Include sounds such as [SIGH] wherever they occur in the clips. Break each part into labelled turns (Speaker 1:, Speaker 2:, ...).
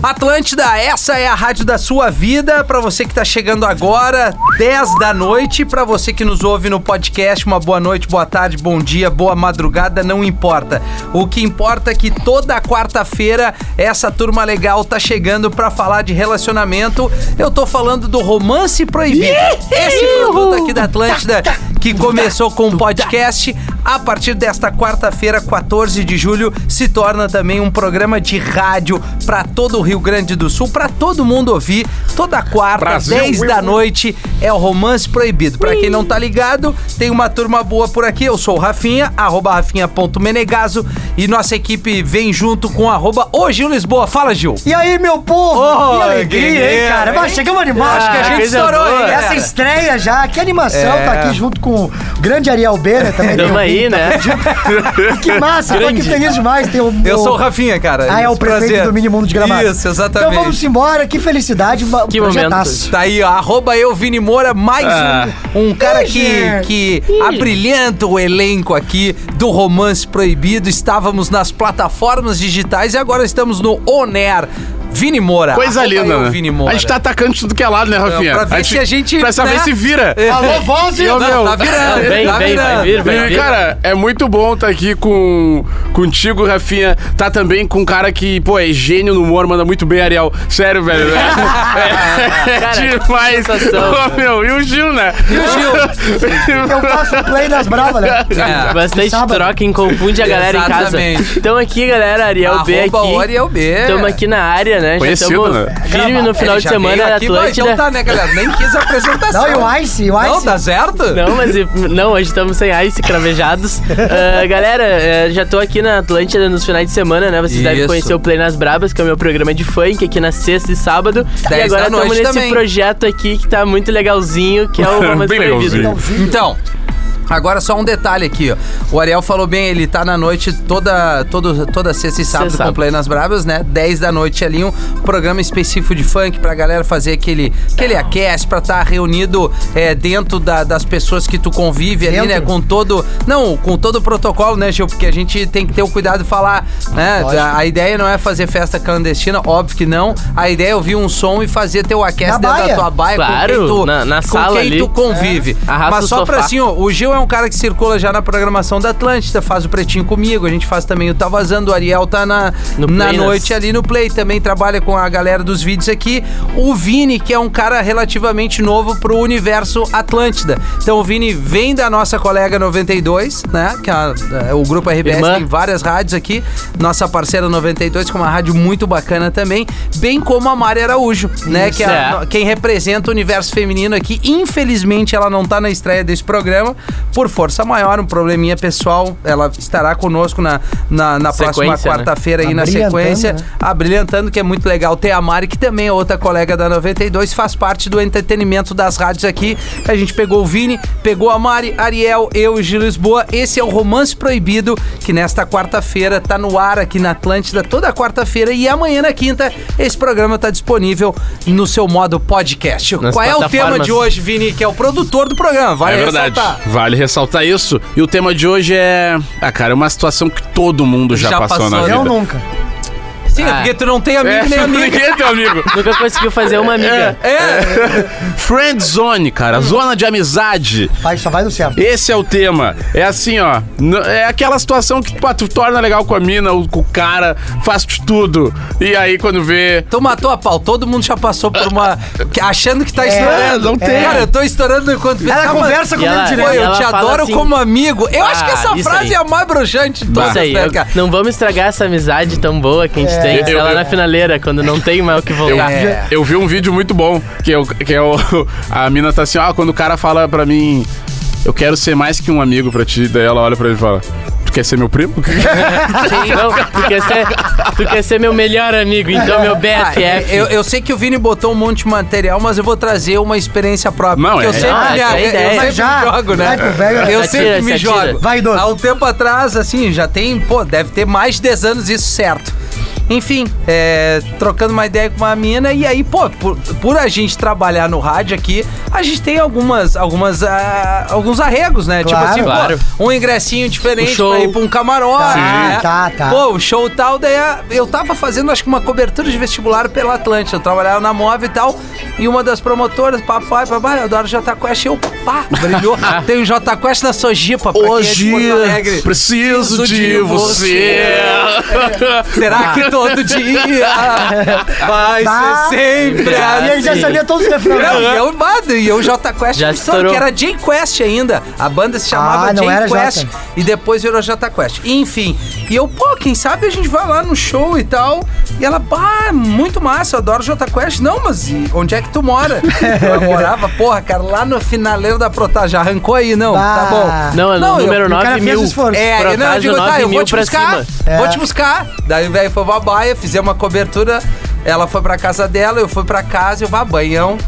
Speaker 1: Atlântida, essa é a rádio da sua vida. Pra você que tá chegando agora, 10 da noite. Pra você que nos ouve no podcast, uma boa noite, boa tarde, bom dia, boa madrugada, não importa. O que importa é que toda quarta-feira essa turma legal tá chegando pra falar de relacionamento. Eu tô falando do Romance Proibido. Esse produto aqui da Atlântida que começou com um podcast. A partir desta quarta-feira, 14 de julho, se torna também um programa de rádio para todo o Rio Grande do Sul, para todo mundo ouvir. Toda quarta,
Speaker 2: Brasil,
Speaker 1: 10 da noite, é o Romance Proibido. Para quem não tá ligado, tem uma turma boa por aqui. Eu sou o Rafinha, arroba rafinha.menegaso e nossa equipe vem junto com arroba o Gil Lisboa. Fala, Gil!
Speaker 3: E aí, meu povo?
Speaker 1: Oh,
Speaker 3: que alegria, hein,
Speaker 1: guerreiro,
Speaker 3: cara? Mas
Speaker 1: hein?
Speaker 3: chegamos animados
Speaker 1: Ah,
Speaker 3: que a gente
Speaker 1: coisa boa,
Speaker 3: hein? Essa
Speaker 1: cara.
Speaker 3: estreia já, que animação,
Speaker 1: É.
Speaker 3: tá aqui junto com o grande Ariel Beira
Speaker 2: É,
Speaker 3: também.
Speaker 4: Tamo
Speaker 3: Tem-
Speaker 4: aí, né?
Speaker 3: Que massa, tô aqui
Speaker 4: Grande.
Speaker 3: feliz demais. Tem o,
Speaker 1: Eu
Speaker 3: o-
Speaker 1: sou o Rafinha, cara.
Speaker 3: Ah, é o prefeito
Speaker 1: Prazer.
Speaker 3: do Mini Mundo de Gramado.
Speaker 1: Isso, exatamente.
Speaker 3: Então vamos embora, que felicidade. ba-
Speaker 4: Que momento.
Speaker 3: projetaço.
Speaker 1: Tá aí, ó, arroba eu, Vini Moura, mais
Speaker 2: Ah.
Speaker 1: um, um cara
Speaker 3: Ih,
Speaker 1: que,
Speaker 3: gente.
Speaker 1: que abrilhanta o elenco aqui do Romance Proibido. Estávamos nas plataformas digitais e agora estamos no Oner. Vini Moura.
Speaker 2: Coisa
Speaker 1: arroba
Speaker 2: linda,
Speaker 1: eu,
Speaker 2: né?
Speaker 1: Vini Moura.
Speaker 2: A gente tá atacando de tudo que é lado, né, Rafinha?
Speaker 1: pra ver se a gente,
Speaker 2: Pra saber
Speaker 1: né?
Speaker 2: se vira.
Speaker 1: É.
Speaker 3: Alô, voz
Speaker 2: E, ô,
Speaker 1: Não,
Speaker 2: meu,
Speaker 1: tá virando,
Speaker 4: Vem,
Speaker 1: tá
Speaker 4: vem,
Speaker 1: virando.
Speaker 4: vai vir, vai
Speaker 2: E,
Speaker 4: vir.
Speaker 2: Cara, é muito bom estar aqui com contigo, Rafinha. Tá também com um cara que, pô, é gênio no humor, manda muito bem, Ariel.
Speaker 1: [LAUGHS]
Speaker 2: Sério, velho. É, é
Speaker 4: Cara, que
Speaker 2: demais.
Speaker 4: sensação,
Speaker 2: Ô, meu, e o Gil, né?
Speaker 1: E o
Speaker 4: [LAUGHS]
Speaker 2: [LAUGHS]
Speaker 1: Gil?
Speaker 3: Eu faço play nas bravas, né?
Speaker 1: É.
Speaker 4: Bastante
Speaker 3: Sábado.
Speaker 4: troca e confunde a galera em
Speaker 1: Exatamente.
Speaker 4: casa. Então aqui, galera, Ariel
Speaker 1: Arroba
Speaker 4: B
Speaker 1: é o
Speaker 4: aqui.
Speaker 1: Ariel B. Ah,
Speaker 4: Estamos aqui na área, né?
Speaker 2: Conhecido,
Speaker 4: Já
Speaker 2: né?
Speaker 4: estamos firme no final
Speaker 1: Ele
Speaker 4: de
Speaker 1: É, já
Speaker 4: semana
Speaker 1: veio
Speaker 4: na
Speaker 1: aqui, mas
Speaker 4: Atlântida.
Speaker 1: Então tá, né, galera? Nem
Speaker 3: [LAUGHS]
Speaker 1: quis apresentação.
Speaker 3: Não, e o Ice, o Ice.
Speaker 1: Não, tá certo?
Speaker 4: Não, mas e- não, hoje estamos sem ice,
Speaker 1: [LAUGHS]
Speaker 4: cravejados. Ah, galera, eh, já tô aqui na Atlântida nos finais de semana, né? Vocês devem
Speaker 1: Isso.
Speaker 4: conhecer o Play nas Brabas, que é o meu programa de funk aqui na sexta e sábado.
Speaker 1: Dez
Speaker 4: e
Speaker 1: da
Speaker 4: agora estamos
Speaker 1: noite
Speaker 4: nesse
Speaker 1: também.
Speaker 4: projeto aqui que tá muito legalzinho, que
Speaker 1: [LAUGHS]
Speaker 4: é o Romance
Speaker 2: Bem
Speaker 4: Proibido.
Speaker 2: legalzinho.
Speaker 1: Então, agora só um detalhe aqui, ó. O Ariel falou bem, ele tá na noite toda toda, toda sexta e sábado com
Speaker 4: sábado.
Speaker 1: o Play nas Brabas, né? 10 da noite ali, um programa específico de funk pra galera fazer aquele, aquele aquece, pra estar reunido é, dentro da- das pessoas que tu convive ali,
Speaker 3: Dentro?
Speaker 1: né? Com todo. Não, com todo o protocolo, né, Gil? Porque a gente tem que ter o cuidado de falar, né? A, a ideia não é fazer festa clandestina, óbvio que não. A ideia é ouvir um som e fazer teu aquece
Speaker 3: Na
Speaker 1: dentro da
Speaker 3: baia.
Speaker 1: tua baia
Speaker 4: Claro,
Speaker 1: com quem tu,
Speaker 4: na- na
Speaker 1: com
Speaker 4: sala
Speaker 1: quem
Speaker 4: ali.
Speaker 1: tu convive.
Speaker 4: É. Arrasta
Speaker 1: Mas
Speaker 4: o
Speaker 1: só pra
Speaker 4: sofá.
Speaker 1: assim, ó, o Gil é um cara que circula já na programação da Atlântida, faz o pretinho comigo, a gente faz também o Tá Vazando, o Ariel tá na,
Speaker 4: No
Speaker 1: na
Speaker 4: Play, né?
Speaker 1: noite ali no Play, também trabalha com a galera dos vídeos aqui. O Vini, que é um cara relativamente novo pro universo Atlântida. Então o Vini vem da nossa colega 92, né? Que é a- é o grupo RBS
Speaker 4: Irmã.
Speaker 1: tem várias rádios aqui, nossa parceira 92, que é uma rádio muito bacana também, bem como a Mari Araújo, né? Que é a-
Speaker 4: é.
Speaker 1: no- quem representa o universo feminino aqui. Infelizmente, ela não tá na estreia desse programa, por força maior, um probleminha pessoal. Ela estará conosco na, na, na próxima
Speaker 4: Sequência, né?
Speaker 1: quarta-feira aí na
Speaker 3: Abrilhantando,
Speaker 1: sequência,
Speaker 3: né?
Speaker 1: abrilhantando, que é muito legal ter a Mari, que também é outra colega da 92, faz parte do entretenimento das rádios aqui. A gente pegou o Vini, pegou a Mari, Ariel, eu e Gil Lisboa. Esse é o Romance Proibido, que nesta quarta-feira tá no ar aqui na Atlântida, toda quarta-feira e amanhã na quinta, esse programa tá disponível no seu modo podcast.
Speaker 4: Nas
Speaker 1: Qual é o tema
Speaker 4: plataformas.
Speaker 1: de hoje, Vini, que é o produtor do programa? Vai
Speaker 2: é verdade.
Speaker 1: ressaltar.
Speaker 2: Vale ressaltar isso. E o tema de hoje é. Ah, cara, é uma situação que todo mundo já,
Speaker 1: Já
Speaker 2: passou, na
Speaker 1: passou,
Speaker 2: vida.
Speaker 3: Eu nunca.
Speaker 1: Sim,
Speaker 4: Ah.
Speaker 1: porque tu não tem amigo
Speaker 2: É, [LAUGHS]
Speaker 1: nem amiga.
Speaker 2: ninguém é teu amigo.
Speaker 4: Nunca conseguiu fazer uma amiga.
Speaker 1: É,
Speaker 2: Friend zone, cara. Zona de amizade.
Speaker 3: Vai, só vai do certo.
Speaker 2: Esse é o tema. É assim, ó. n- É aquela situação que pá, tu torna legal com a mina, ou com o cara, faz de tudo. E aí, quando vê.
Speaker 1: Tu Então matou a pau, todo mundo já passou por uma. que- achando que tá estourando.
Speaker 2: não tem.
Speaker 1: Cara, eu tô estourando enquanto.
Speaker 3: Ela
Speaker 1: Ah, mas-
Speaker 3: conversa
Speaker 4: e
Speaker 3: comigo
Speaker 4: ela-
Speaker 3: direto.
Speaker 1: Pô, eu
Speaker 4: ela
Speaker 1: te
Speaker 4: fala
Speaker 1: adoro
Speaker 4: assim-
Speaker 1: como amigo. Eu acho que
Speaker 4: Ah,
Speaker 1: essa
Speaker 4: isso
Speaker 1: frase
Speaker 4: aí.
Speaker 1: é a mais broxante de todas,
Speaker 4: Isso aí,
Speaker 1: né,
Speaker 4: eu-
Speaker 1: cara?
Speaker 4: não vamos estragar essa amizade tão boa que a gente tem.
Speaker 2: É, Eu-
Speaker 4: sei lá
Speaker 2: eu-
Speaker 4: na finaleira, quando não tem mal o que
Speaker 2: Eu,
Speaker 4: voltar.
Speaker 1: É.
Speaker 2: eu vi um vídeo muito bom, que é o. Que é o [LAUGHS] a mina tá assim, ó, quando o cara fala pra mim, eu quero ser mais que um amigo pra ti, daí ela olha pra ele e fala. Tu [LAUGHS] quer ser meu primo?
Speaker 4: Não, tu quer, ser, tu quer ser meu melhor amigo, então meu BFF.
Speaker 1: Tá, é, Eu, eu sei que o Vini botou um monte de material, mas eu vou trazer uma experiência própria.
Speaker 2: Não,
Speaker 1: porque
Speaker 2: é-
Speaker 1: eu sempre,
Speaker 4: Ah,
Speaker 1: me,
Speaker 4: essa é a
Speaker 1: eu
Speaker 4: ideia.
Speaker 1: sempre
Speaker 3: Já,
Speaker 1: me jogo, né?
Speaker 3: vai com o velho.
Speaker 1: eu
Speaker 4: Se
Speaker 1: sempre
Speaker 4: atira,
Speaker 1: me
Speaker 4: se atira.
Speaker 1: jogo.
Speaker 3: Vai, idoso.
Speaker 1: Há um tempo atrás, assim, já tem, pô, deve ter mais de 10 anos isso certo. Enfim, é, trocando uma ideia com uma mina. E aí, pô, por, por a gente trabalhar no rádio aqui, a gente tem algumas, algumas, ah, alguns arregos, né?
Speaker 3: Claro.
Speaker 1: tipo assim,
Speaker 4: Claro.
Speaker 1: pô, um ingressinho diferente
Speaker 4: O show.
Speaker 1: pra ir pra um camarote.
Speaker 3: Tá,
Speaker 1: né?
Speaker 3: tá, tá.
Speaker 1: Pô, o show tal, daí a- eu tava fazendo acho que uma cobertura de vestibular pela Atlântica. Eu trabalhava na Move e tal. E uma das promotoras, papai, papai, eu adoro Jota Quest. Eu, pá, [LAUGHS] brilhou. Tem o Jota Quest na Sojipa, pra quem é de
Speaker 2: Hoje
Speaker 1: Porto [LAUGHS] Alegre.
Speaker 2: preciso de você. [LAUGHS]
Speaker 1: Será que todo dia [LAUGHS] vai
Speaker 3: Bah.
Speaker 1: ser assim. sempre
Speaker 4: Ah,
Speaker 3: e ele já
Speaker 4: sim.
Speaker 1: assim?
Speaker 3: sabia todos os refrões.
Speaker 1: Não, e eu, mano, e eu Jota Quest,
Speaker 4: Já
Speaker 1: me estourou,
Speaker 4: estourou.
Speaker 1: que era Jay Quest ainda. A banda se chamava
Speaker 3: Ah, não
Speaker 1: Jay
Speaker 3: era
Speaker 1: Quest
Speaker 3: Jota.
Speaker 1: e depois virou Jota Quest. Enfim, e eu, pô, quem sabe a gente vai lá no show e tal. E ela, pá, muito massa, eu adoro Jota Quest. Não, mas e onde é que tu mora? eu morava, porra, cara, lá no finaleiro da Protá. Já arrancou aí, não? Tá bom.
Speaker 4: Não, é no
Speaker 1: eu-
Speaker 4: número
Speaker 3: cara
Speaker 4: 9
Speaker 3: fez
Speaker 4: mil.
Speaker 3: esforço.
Speaker 1: é,
Speaker 4: Por
Speaker 1: não, eu
Speaker 4: acaso,
Speaker 1: digo, tá,
Speaker 4: 9
Speaker 1: eu vou
Speaker 4: mil
Speaker 1: te
Speaker 4: pra
Speaker 1: buscar.
Speaker 4: cima.
Speaker 3: É.
Speaker 1: Vou te buscar. Daí o velho foi pra baia, fizemos uma cobertura. Ela foi pra casa dela, eu fui pra casa, eu vá,
Speaker 3: [LAUGHS]
Speaker 1: banhão,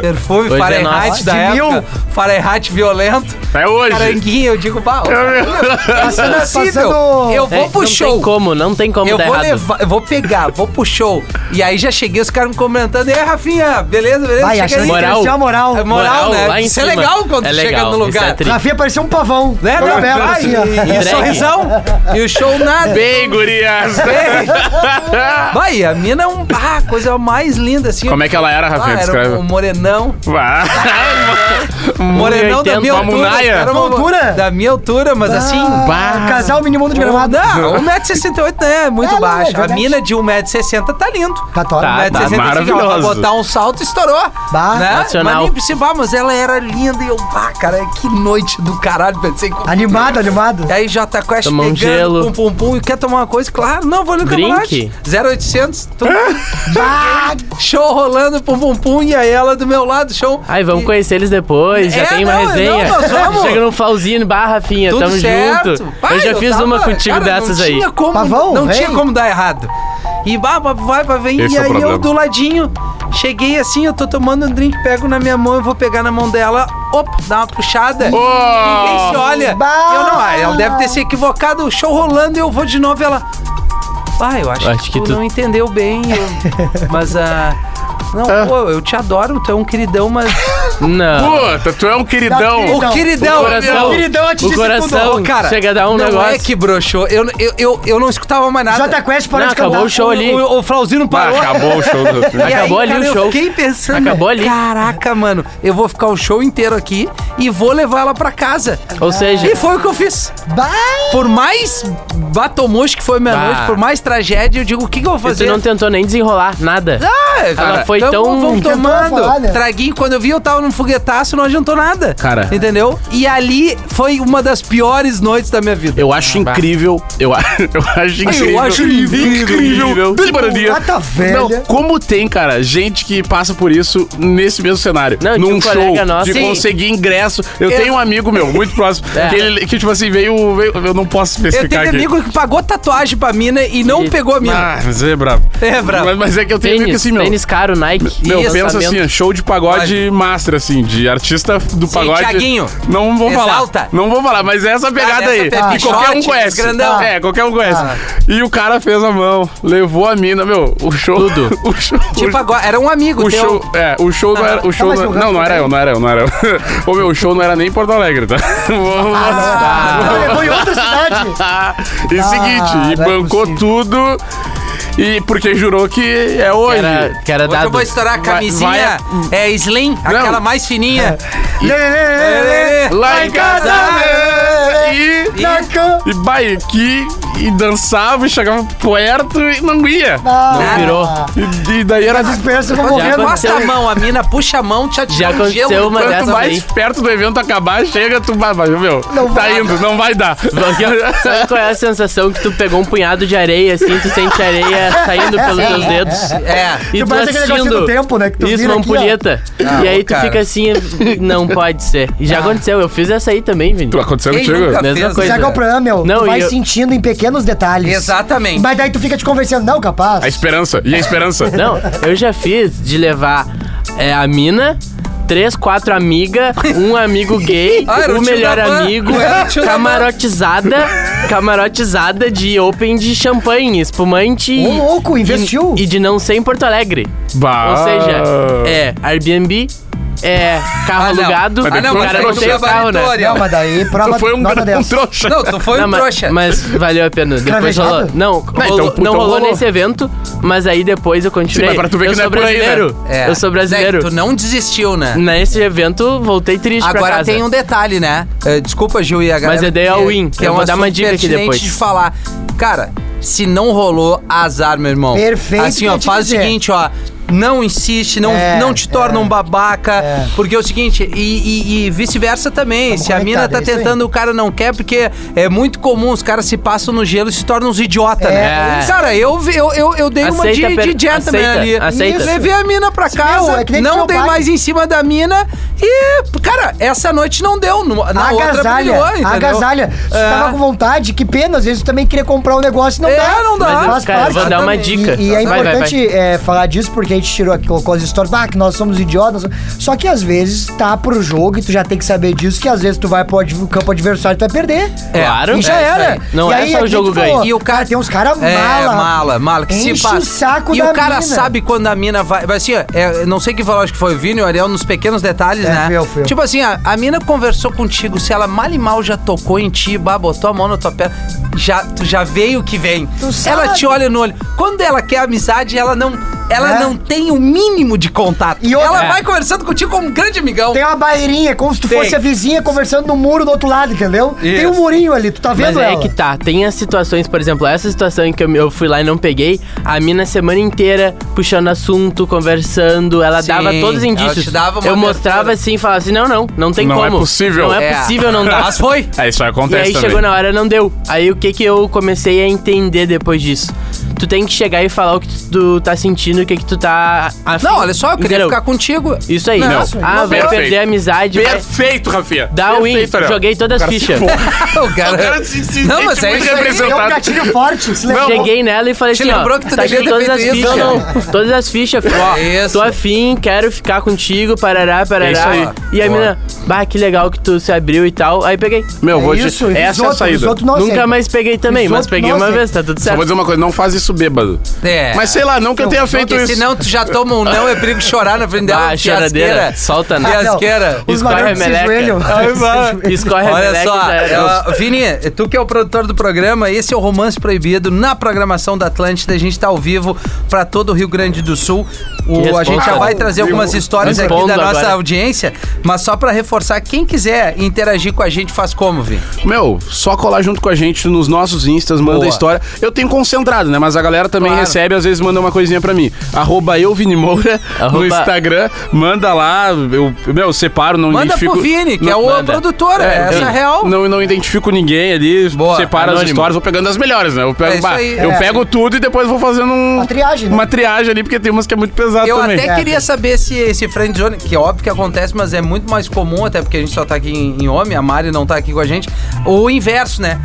Speaker 1: perfume,
Speaker 4: Hoje é
Speaker 1: Fahrenheit
Speaker 4: nosso.
Speaker 1: da
Speaker 3: De mil.
Speaker 1: época, Fahrenheit violento,
Speaker 2: É hoje.
Speaker 1: caranguinho, eu digo,
Speaker 3: É
Speaker 1: tá pau.
Speaker 3: Tá passando-
Speaker 1: é Eu
Speaker 4: É,
Speaker 1: vou pro
Speaker 4: não
Speaker 1: show.
Speaker 4: tem como, não tem como
Speaker 1: Eu
Speaker 4: dar
Speaker 1: vou
Speaker 4: errado.
Speaker 1: levar, eu vou pegar, vou pro show. E aí já cheguei, os caras me comentando, e aí, Rafinha, beleza, beleza?
Speaker 3: Vai,
Speaker 1: Chega
Speaker 3: achando
Speaker 1: aí.
Speaker 3: que
Speaker 4: Moral.
Speaker 3: cresceu a moral.
Speaker 1: É moral,
Speaker 4: Moral, lá
Speaker 1: né?
Speaker 4: em
Speaker 1: Isso é
Speaker 4: cima.
Speaker 1: legal quando
Speaker 4: É
Speaker 1: tu
Speaker 4: legal,
Speaker 1: chega no
Speaker 4: isso
Speaker 1: lugar. Tá.
Speaker 4: é tri.
Speaker 3: Rafinha parecia um pavão.
Speaker 1: Né, não?
Speaker 3: Novela,
Speaker 1: Vai,
Speaker 3: assim, ó.
Speaker 1: e, e
Speaker 4: Entregue.
Speaker 1: sorrisão. E o show nada.
Speaker 2: Bem, gurias.
Speaker 1: [LAUGHS] Vai, a mina é um, ah, a coisa mais linda, assim.
Speaker 2: Como é que ela era, Rafinha?
Speaker 1: Ah,
Speaker 2: Descreve.
Speaker 1: era um morenão.
Speaker 2: Vai.
Speaker 1: [LAUGHS] Morenão da
Speaker 4: 1,80,
Speaker 1: minha
Speaker 2: uma
Speaker 1: altura.
Speaker 2: munaia.
Speaker 1: Era uma-
Speaker 3: Tua altura?
Speaker 1: Da minha altura, mas assim...
Speaker 3: Ah,
Speaker 2: bah.
Speaker 3: Casal minimundo de gramado. Ah!
Speaker 1: Não, 1,68m né? é muito
Speaker 3: É, não, é
Speaker 1: baixo. a
Speaker 3: verdade.
Speaker 1: mina de 1,60m tá lindo.
Speaker 3: Tá top.
Speaker 4: Tá.
Speaker 1: 1,60m, assim, ó,
Speaker 2: maravilhoso.
Speaker 1: pra botar um salto, estourou.
Speaker 3: Bah.
Speaker 1: né?
Speaker 4: Nacional.
Speaker 1: Mas nem precisava, mas ela era linda e eu, ah, cara, que noite do caralho, pensei. com-
Speaker 3: Animado, animado.
Speaker 1: E aí Jota Quest
Speaker 4: Tomar um
Speaker 1: pegando,
Speaker 4: gelo.
Speaker 1: pum, pum, pum, e quer tomar uma coisa? Claro, não, vou ali no
Speaker 4: Drink.
Speaker 1: camarote. 0800, tudo.
Speaker 3: Ah,
Speaker 1: show rolando, pum, pum, pum, e aí ela do meu lado, show.
Speaker 4: Ai, vamos
Speaker 1: E-
Speaker 4: conhecer eles depois, já
Speaker 1: É,
Speaker 4: tem uma
Speaker 1: não,
Speaker 4: resenha. [LAUGHS]
Speaker 1: não, nós vamos.
Speaker 4: Chega no Flauzino, barra, Rafinha,
Speaker 1: Tudo
Speaker 4: tamo
Speaker 1: certo.
Speaker 4: junto.
Speaker 1: Pai,
Speaker 4: eu já fiz
Speaker 1: tava-
Speaker 4: uma contigo
Speaker 1: cara,
Speaker 4: dessas
Speaker 1: não
Speaker 4: aí.
Speaker 1: Tinha como,
Speaker 3: Pavão,
Speaker 1: não
Speaker 3: vem.
Speaker 1: tinha como dar errado. E vai, vai, vai, vai, vem.
Speaker 2: Esse
Speaker 1: e
Speaker 2: é o
Speaker 1: aí eu
Speaker 2: problema.
Speaker 1: do ladinho, cheguei assim, eu tô tomando um drink, pego na minha mão, eu vou pegar na mão dela, opa, dá uma puxada.
Speaker 4: Ah.
Speaker 1: Ninguém se olha.
Speaker 3: Bah.
Speaker 1: Eu não, ah, ela deve ter se equivocado, o show rolando, eu vou de novo e ela. Ah, eu acho,
Speaker 4: Acho
Speaker 1: que,
Speaker 4: que
Speaker 1: tu,
Speaker 4: tu-
Speaker 1: não entendeu bem. eu- mas a. não, pô, eu te adoro, tu é um queridão, mas. então,
Speaker 4: Não.
Speaker 2: Puta, tu é um queridão.
Speaker 3: Não,
Speaker 1: o
Speaker 3: Não,
Speaker 1: queridão,
Speaker 4: o
Speaker 1: meu.
Speaker 4: coração,
Speaker 3: queridão, eu te
Speaker 4: o
Speaker 3: disse tudo.
Speaker 4: coração
Speaker 1: Ô, cara,
Speaker 4: chega a dar um
Speaker 1: não
Speaker 4: negócio.
Speaker 1: é que broxou. Eu, eu, eu, eu não escutava mais nada.
Speaker 3: Jota Quest parou
Speaker 4: Não,
Speaker 3: de cantar.
Speaker 4: acabou o show ali.
Speaker 1: O, o, o Flauzino
Speaker 2: Bah,
Speaker 1: parou.
Speaker 2: acabou o show.
Speaker 1: [LAUGHS]
Speaker 2: do-
Speaker 1: um E
Speaker 4: Acabou
Speaker 1: aí,
Speaker 4: ali
Speaker 1: cara,
Speaker 4: o show.
Speaker 1: Eu fiquei pensando.
Speaker 4: Acabou ali.
Speaker 1: Caraca, mano, eu vou ficar o show inteiro aqui e vou levar ela pra casa.
Speaker 4: Ou seja,
Speaker 1: E foi o que eu fiz.
Speaker 3: Bah!
Speaker 1: Por mais batomush que foi minha
Speaker 4: Bah.
Speaker 1: noite, por mais tragédia, eu digo, o que, que eu vou
Speaker 4: tu
Speaker 1: fazer?
Speaker 4: não tentou nem desenrolar nada.
Speaker 1: Ah,
Speaker 4: Ela foi
Speaker 1: então
Speaker 4: tão-
Speaker 1: Vamos
Speaker 3: Tentou
Speaker 1: tomando.
Speaker 3: falar, né?
Speaker 1: Traguinho, quando eu vi, eu tava num foguetaço, não adiantou nada.
Speaker 2: Cara.
Speaker 1: Entendeu? E ali foi uma das piores noites da minha vida.
Speaker 2: Eu acho incrível. Eu, a- [LAUGHS] eu acho incrível.
Speaker 1: acho incrível, Tipo, tá
Speaker 2: Incrível.
Speaker 1: incrível.
Speaker 2: Barania.
Speaker 3: Lata velha.
Speaker 2: Não, como tem, cara, gente que passa por isso nesse mesmo cenário.
Speaker 4: Não, tinha
Speaker 2: num
Speaker 4: um
Speaker 2: show,
Speaker 4: colega nosso-
Speaker 2: de
Speaker 4: Sim.
Speaker 2: conseguir ingresso. Eu,
Speaker 1: Eu-
Speaker 2: tenho um amigo meu, muito próximo,
Speaker 4: É.
Speaker 2: que, ele, que, tipo assim, veio, veio- Eu não posso
Speaker 1: Eu
Speaker 2: especificar
Speaker 1: tenho
Speaker 2: aqui.
Speaker 1: amigo que pagou tatuagem pra mina e não
Speaker 4: E-
Speaker 1: pegou a mina.
Speaker 2: Ah, mas é brabo.
Speaker 1: É brabo.
Speaker 2: Mas, mas é que eu tenho amigo que
Speaker 4: Tênis,
Speaker 2: assim, meu.
Speaker 4: tênis caro, Nike.
Speaker 2: Meu,
Speaker 1: Isso.
Speaker 2: pensa assim, ó, show de pagode master, assim, de artista do pagode.
Speaker 1: Thiaguinho.
Speaker 2: Não vou
Speaker 1: Exalta.
Speaker 2: falar. Não vou falar, mas é essa pegada
Speaker 1: essa
Speaker 2: aí.
Speaker 1: pegada.
Speaker 2: E qualquer um
Speaker 1: Short,
Speaker 2: conhece.
Speaker 1: grandão.
Speaker 2: É, qualquer um conhece.
Speaker 3: Ah.
Speaker 2: E o cara fez a mão, levou a mina, meu, o show. Tudo. [LAUGHS] O show.
Speaker 1: Tipo agora, era um amigo
Speaker 2: o
Speaker 1: teu.
Speaker 2: show, é, o show não era. O show
Speaker 3: mas
Speaker 2: não,
Speaker 3: o
Speaker 2: não, não era eu, não era eu, não era eu. [LAUGHS] Ô meu, o show não era nem em Porto Alegre, tá? [LAUGHS] Vamos
Speaker 3: Ah,
Speaker 2: vamos-
Speaker 3: não, levou em outra cidade.
Speaker 2: e
Speaker 3: Ah,
Speaker 2: seguinte, e
Speaker 3: não é
Speaker 2: bancou
Speaker 3: possível.
Speaker 2: tudo. E porque jurou que é hoje.
Speaker 4: Era, que era
Speaker 1: Hoje eu
Speaker 4: dado.
Speaker 1: vou estourar a
Speaker 2: Vai-
Speaker 1: camisinha é slim, aquela mais fininha.
Speaker 3: Lê, lê, lê, lê.
Speaker 2: Lá em casa. né? E.
Speaker 1: tá
Speaker 3: Na cama.
Speaker 2: E vai aqui e dançava e chegava perto e não ia.
Speaker 3: Ah,
Speaker 4: Virou.
Speaker 2: E, e daí era
Speaker 3: Dispensa, eu vou
Speaker 1: Já
Speaker 3: morrendo.
Speaker 1: encosta a mão, a mina puxa a mão, te atira
Speaker 4: Já
Speaker 1: um
Speaker 4: aconteceu
Speaker 1: gelo.
Speaker 4: uma
Speaker 2: quanto
Speaker 4: dessas
Speaker 2: mais
Speaker 4: aí.
Speaker 2: perto do evento acabar, chega, tu vai, vai, meu,
Speaker 3: Não
Speaker 2: tá
Speaker 3: vai.
Speaker 2: indo, não vai dar. [LAUGHS]
Speaker 4: Sabe qual é a sensação que tu pegou um punhado de areia, assim, tu sente areia saindo pelos teus dedos?
Speaker 1: É.
Speaker 4: E
Speaker 3: Tu
Speaker 4: tu
Speaker 3: parece aquele negocinho
Speaker 4: assistindo
Speaker 3: do tempo, né, que tu
Speaker 4: isso,
Speaker 3: vira aqui,
Speaker 4: mampulheta.
Speaker 1: Ah,
Speaker 4: e aí tu
Speaker 1: cara.
Speaker 4: fica assim, não pode ser. E
Speaker 2: Ah.
Speaker 4: já aconteceu, eu fiz essa aí também, Vini.
Speaker 2: Tu aconteceu
Speaker 1: Quem
Speaker 2: contigo?
Speaker 1: nunca
Speaker 4: Mesma
Speaker 1: fez,
Speaker 4: coisa.
Speaker 3: Sabe
Speaker 1: né?
Speaker 3: qual é o problema, meu?
Speaker 4: Não,
Speaker 3: tu vai
Speaker 4: e eu-
Speaker 3: sentindo em pequenos detalhes.
Speaker 1: Exatamente.
Speaker 3: Mas daí tu fica te convencendo. Não, capaz.
Speaker 2: A esperança, e a esperança?
Speaker 4: Não, eu já fiz de levar é, a mina três, quatro amigas, um amigo gay,
Speaker 1: Ah, era o
Speaker 4: o
Speaker 1: tio
Speaker 4: melhor
Speaker 1: da van.
Speaker 4: amigo,
Speaker 1: Era o tio da van.
Speaker 4: camarotizada, camarotizada de open de champanhe, espumante e-
Speaker 3: Ô, Um louco, investiu.
Speaker 4: e, de não ser em Porto Alegre.
Speaker 2: Bah.
Speaker 4: Ou seja, é Airbnb, é carro
Speaker 1: Ah, não.
Speaker 4: alugado,
Speaker 1: Ah, não,
Speaker 4: o
Speaker 1: mas
Speaker 4: cara
Speaker 1: aí
Speaker 4: não
Speaker 1: tu
Speaker 4: tem o carro, né?
Speaker 1: gabaritou, né?
Speaker 3: Não, mas daí prova
Speaker 2: Tu foi um,
Speaker 3: nota
Speaker 2: um
Speaker 3: 10.
Speaker 2: trouxa.
Speaker 1: Não, tu foi um
Speaker 4: mas-
Speaker 1: trouxa.
Speaker 4: Mas, valeu a pena. Depois
Speaker 3: Cravejada?
Speaker 4: rolou. Não,
Speaker 2: então,
Speaker 4: rolou-
Speaker 2: então
Speaker 4: não rolou,
Speaker 2: rolou.
Speaker 4: nesse evento, mas aí depois eu continuei.
Speaker 2: Sim, mas pra tu ver
Speaker 4: eu
Speaker 2: que não é
Speaker 4: sou
Speaker 2: por aí, né?
Speaker 4: brasileiro.
Speaker 1: É.
Speaker 4: Eu sou brasileiro.
Speaker 1: Zé, tu não desistiu, né?
Speaker 4: Nesse evento, voltei triste pra
Speaker 1: Agora
Speaker 4: casa.
Speaker 1: tem um detalhe, né? Eh, desculpa, Gil e a galera.
Speaker 4: eu dei a
Speaker 1: que-
Speaker 4: win.
Speaker 1: Que é
Speaker 4: Eu
Speaker 1: um
Speaker 4: vou dar uma
Speaker 1: assunto
Speaker 4: dica aqui
Speaker 1: pertinente
Speaker 4: depois.
Speaker 1: de falar. Cara, se não rolou, azar, meu irmão.
Speaker 3: Perfeito
Speaker 1: Assim,
Speaker 3: que
Speaker 1: ó,
Speaker 3: eu te
Speaker 1: faz
Speaker 3: dizer.
Speaker 1: o seguinte, ó. Não insiste, não,
Speaker 3: É,
Speaker 1: não te torna
Speaker 3: é,
Speaker 1: um babaca.
Speaker 3: é.
Speaker 1: Porque é o seguinte, e, e- e vice-versa também.
Speaker 3: Tamo
Speaker 1: se a mina
Speaker 3: conectado,
Speaker 1: tá
Speaker 3: é isso aí.
Speaker 1: tentando, o cara não quer, porque é muito comum, os caras se passam no gelo e se tornam uns idiota, né?
Speaker 4: É.
Speaker 1: Cara, eu, eu, eu, eu dei uma de,
Speaker 4: Aceita, per-
Speaker 1: de gentleman
Speaker 4: aceita,
Speaker 1: ali.
Speaker 4: aceita.
Speaker 1: Levei a mina pra casa,
Speaker 3: mesmo, é que nem
Speaker 1: não
Speaker 3: meu
Speaker 1: dei
Speaker 3: pai.
Speaker 1: mais em cima da mina e, cara, essa noite não deu. no- Na outra
Speaker 3: agasalha,
Speaker 1: brilhou, entendeu?
Speaker 3: agasalha. Se tu
Speaker 1: É.
Speaker 3: tava com vontade, que pena. Às vezes tu também queria comprar um negócio e não
Speaker 1: É,
Speaker 3: dá.
Speaker 1: não dá.
Speaker 4: Mas eu-
Speaker 3: Faz
Speaker 4: cara,
Speaker 3: parte.
Speaker 4: eu vou dar uma
Speaker 3: E-
Speaker 4: dica.
Speaker 3: E, é
Speaker 4: Vai, vai,
Speaker 3: importante é, falar disso porque a gente tirou aqui, colocou as histórias, ah, que nós somos idiotas. Só que às vezes tá pro jogo e tu já tem que saber disso, que às vezes tu vai pro ad- campo adversário e tu vai perder.
Speaker 4: Claro.
Speaker 3: E já
Speaker 4: É,
Speaker 3: era.
Speaker 4: isso aí. Não
Speaker 3: E
Speaker 4: é
Speaker 3: aí,
Speaker 4: só
Speaker 3: é
Speaker 4: o
Speaker 3: que
Speaker 4: jogo
Speaker 3: tu falou,
Speaker 4: ganho.
Speaker 1: E o cara
Speaker 3: Cara, tem uns cara
Speaker 1: É,
Speaker 3: mala.
Speaker 1: mala, mala, que se
Speaker 3: Enche
Speaker 1: passa.
Speaker 3: o saco
Speaker 1: e
Speaker 3: da
Speaker 1: o cara
Speaker 3: mina.
Speaker 1: sabe quando a mina vai. vai Assim, ó, é, não sei quem falou, acho que foi o Vini, o Ariel, nos pequenos detalhes,
Speaker 3: É,
Speaker 1: né?
Speaker 3: fui eu, fui eu.
Speaker 1: Tipo assim, a, a mina conversou contigo, se ela mal e mal já tocou em ti, bah, botou a mão na tua perna, já, tu já veio o que vem.
Speaker 3: sabe.
Speaker 1: ela te olha no olho. Quando ela quer amizade, ela não. Ela
Speaker 3: É.
Speaker 1: não tem o mínimo de contato.
Speaker 3: E outra-
Speaker 1: ela
Speaker 3: É.
Speaker 1: vai conversando contigo como um grande amigão.
Speaker 3: Tem uma barreirinha, como se tu
Speaker 1: Tem.
Speaker 3: fosse a vizinha conversando no muro do outro lado, entendeu? Tem um murinho ali, tu tá
Speaker 4: Mas
Speaker 3: vendo
Speaker 4: é
Speaker 3: ela?
Speaker 4: que tá, tem as situações, por exemplo, essa situação em que eu, eu fui lá e não peguei, a mina a semana inteira puxando assunto, conversando, ela
Speaker 1: Sim,
Speaker 4: dava todos os
Speaker 1: ela
Speaker 4: indícios.
Speaker 1: te dava uma
Speaker 4: eu
Speaker 1: abertura.
Speaker 4: mostrava assim e falava assim: não, não, não tem
Speaker 2: Não é
Speaker 4: como.
Speaker 2: possível.
Speaker 4: Não é,
Speaker 1: É.
Speaker 4: possível, não dá.
Speaker 1: Mas foi.
Speaker 2: É, isso aí
Speaker 4: E
Speaker 2: acontece
Speaker 4: aí
Speaker 2: também.
Speaker 4: chegou na hora não deu. Aí o que que eu comecei a entender depois disso? Tu tem que chegar e falar o que tu, tu tá sentindo, o que que tu tá afim.
Speaker 1: Não, olha só, eu queria
Speaker 4: Entendeu?
Speaker 1: ficar contigo. [LAUGHS]
Speaker 4: Isso aí.
Speaker 1: Não.
Speaker 4: Ah, vai
Speaker 2: Perfeito.
Speaker 4: perder a amizade. vai-
Speaker 2: Perfeito, Rafinha.
Speaker 4: Dá o win.
Speaker 2: Perfeito, Ariel.
Speaker 4: Joguei todas
Speaker 2: O
Speaker 4: as
Speaker 2: cara se
Speaker 4: fichas.
Speaker 2: for-
Speaker 1: O cara,
Speaker 2: O cara se- se
Speaker 1: Não,
Speaker 2: sente
Speaker 1: mas é
Speaker 2: muito
Speaker 1: isso aí.
Speaker 3: Deu um
Speaker 2: representado.
Speaker 3: gatilho forte, se lembrou.
Speaker 4: Cheguei nela e falei
Speaker 1: Te
Speaker 4: assim, ó,
Speaker 1: lembrou que tu
Speaker 4: tá
Speaker 1: devia
Speaker 4: aqui
Speaker 1: ter
Speaker 4: todas as
Speaker 1: feito isso,
Speaker 4: fichas.
Speaker 1: não?
Speaker 4: Todas as fichas, filho, ó.
Speaker 1: Isso.
Speaker 4: Tô afim, quero ficar contigo, parará, parará.
Speaker 2: É isso aí.
Speaker 4: E a
Speaker 2: Boa.
Speaker 4: mina, bah, que legal que tu se abriu e tal. Aí peguei.
Speaker 2: Meu,
Speaker 3: É
Speaker 2: vou te...
Speaker 3: isso,
Speaker 2: Essa é a
Speaker 3: risoto,
Speaker 2: saída.
Speaker 3: risoto não
Speaker 4: Nunca
Speaker 3: aceita.
Speaker 4: mais peguei também,
Speaker 3: Os
Speaker 4: mas
Speaker 3: outros
Speaker 4: peguei
Speaker 3: não
Speaker 4: uma
Speaker 3: aceitam.
Speaker 4: vez, tá tudo
Speaker 2: Só vou
Speaker 4: certo.
Speaker 2: dizer um uma coisa, não faz isso bêbado.
Speaker 1: É.
Speaker 2: Mas sei lá, não que eu tenha feito
Speaker 1: Porque
Speaker 2: isso.
Speaker 1: senão tu já toma um não, é perigo chorar na frente dela.
Speaker 2: é
Speaker 4: Ah, choradeira. Solta
Speaker 3: Ah,
Speaker 4: né? na.
Speaker 3: não.
Speaker 1: Fiasqueira.
Speaker 3: Os
Speaker 4: Escorre
Speaker 3: barulhos
Speaker 4: a
Speaker 3: desse
Speaker 4: meleca.
Speaker 3: joelho.
Speaker 1: Ai,
Speaker 3: [LAUGHS]
Speaker 1: vai.
Speaker 4: Escorre a
Speaker 1: Olha
Speaker 4: meleca,
Speaker 1: só,
Speaker 4: já era.
Speaker 1: eu- Vini, tu que é o produtor do programa, esse é o Romance Proibido na programação da Atlântida. A gente tá ao vivo pra todo o Rio Grande do Sul. O-
Speaker 4: Que
Speaker 1: a gente já
Speaker 4: resposta.
Speaker 1: vai trazer algumas histórias aqui
Speaker 4: Respondo
Speaker 1: da nossa
Speaker 4: agora.
Speaker 1: audiência, mas só pra reforçar, quem quiser interagir com a gente, faz como, Vini?
Speaker 2: Meu, só colar junto com a gente nos nossos instas, manda
Speaker 1: Boa.
Speaker 2: a história. Eu tenho concentrado, né? Mas a galera também
Speaker 1: Claro.
Speaker 2: recebe, às vezes manda uma coisinha pra mim. Arroba eu, Vini Moura, no
Speaker 4: Arroba-
Speaker 2: Instagram. Manda lá, eu, meu, separo, não
Speaker 1: Manda
Speaker 2: identifico...
Speaker 1: pro Vini, que
Speaker 2: não,
Speaker 1: é o
Speaker 4: manda.
Speaker 1: produtor, é, essa é a
Speaker 2: eu
Speaker 1: real.
Speaker 2: Não, não identifico ninguém ali,
Speaker 1: Boa,
Speaker 2: separo as
Speaker 4: anônimo.
Speaker 2: histórias, vou pegando as melhores, né? Eu
Speaker 1: É
Speaker 2: pego,
Speaker 1: isso
Speaker 2: bah,
Speaker 1: aí.
Speaker 2: eu
Speaker 3: É.
Speaker 2: pego tudo e depois vou fazendo um-
Speaker 3: Uma triagem, né?
Speaker 2: Uma triagem ali, porque tem umas que é muito pesada
Speaker 1: Eu
Speaker 2: também.
Speaker 1: até
Speaker 3: É.
Speaker 1: queria saber se esse friend zone, que óbvio que acontece, mas é muito mais comum, até porque a gente só tá aqui em, em homem, a Mari não tá aqui com a gente, o inverso, né?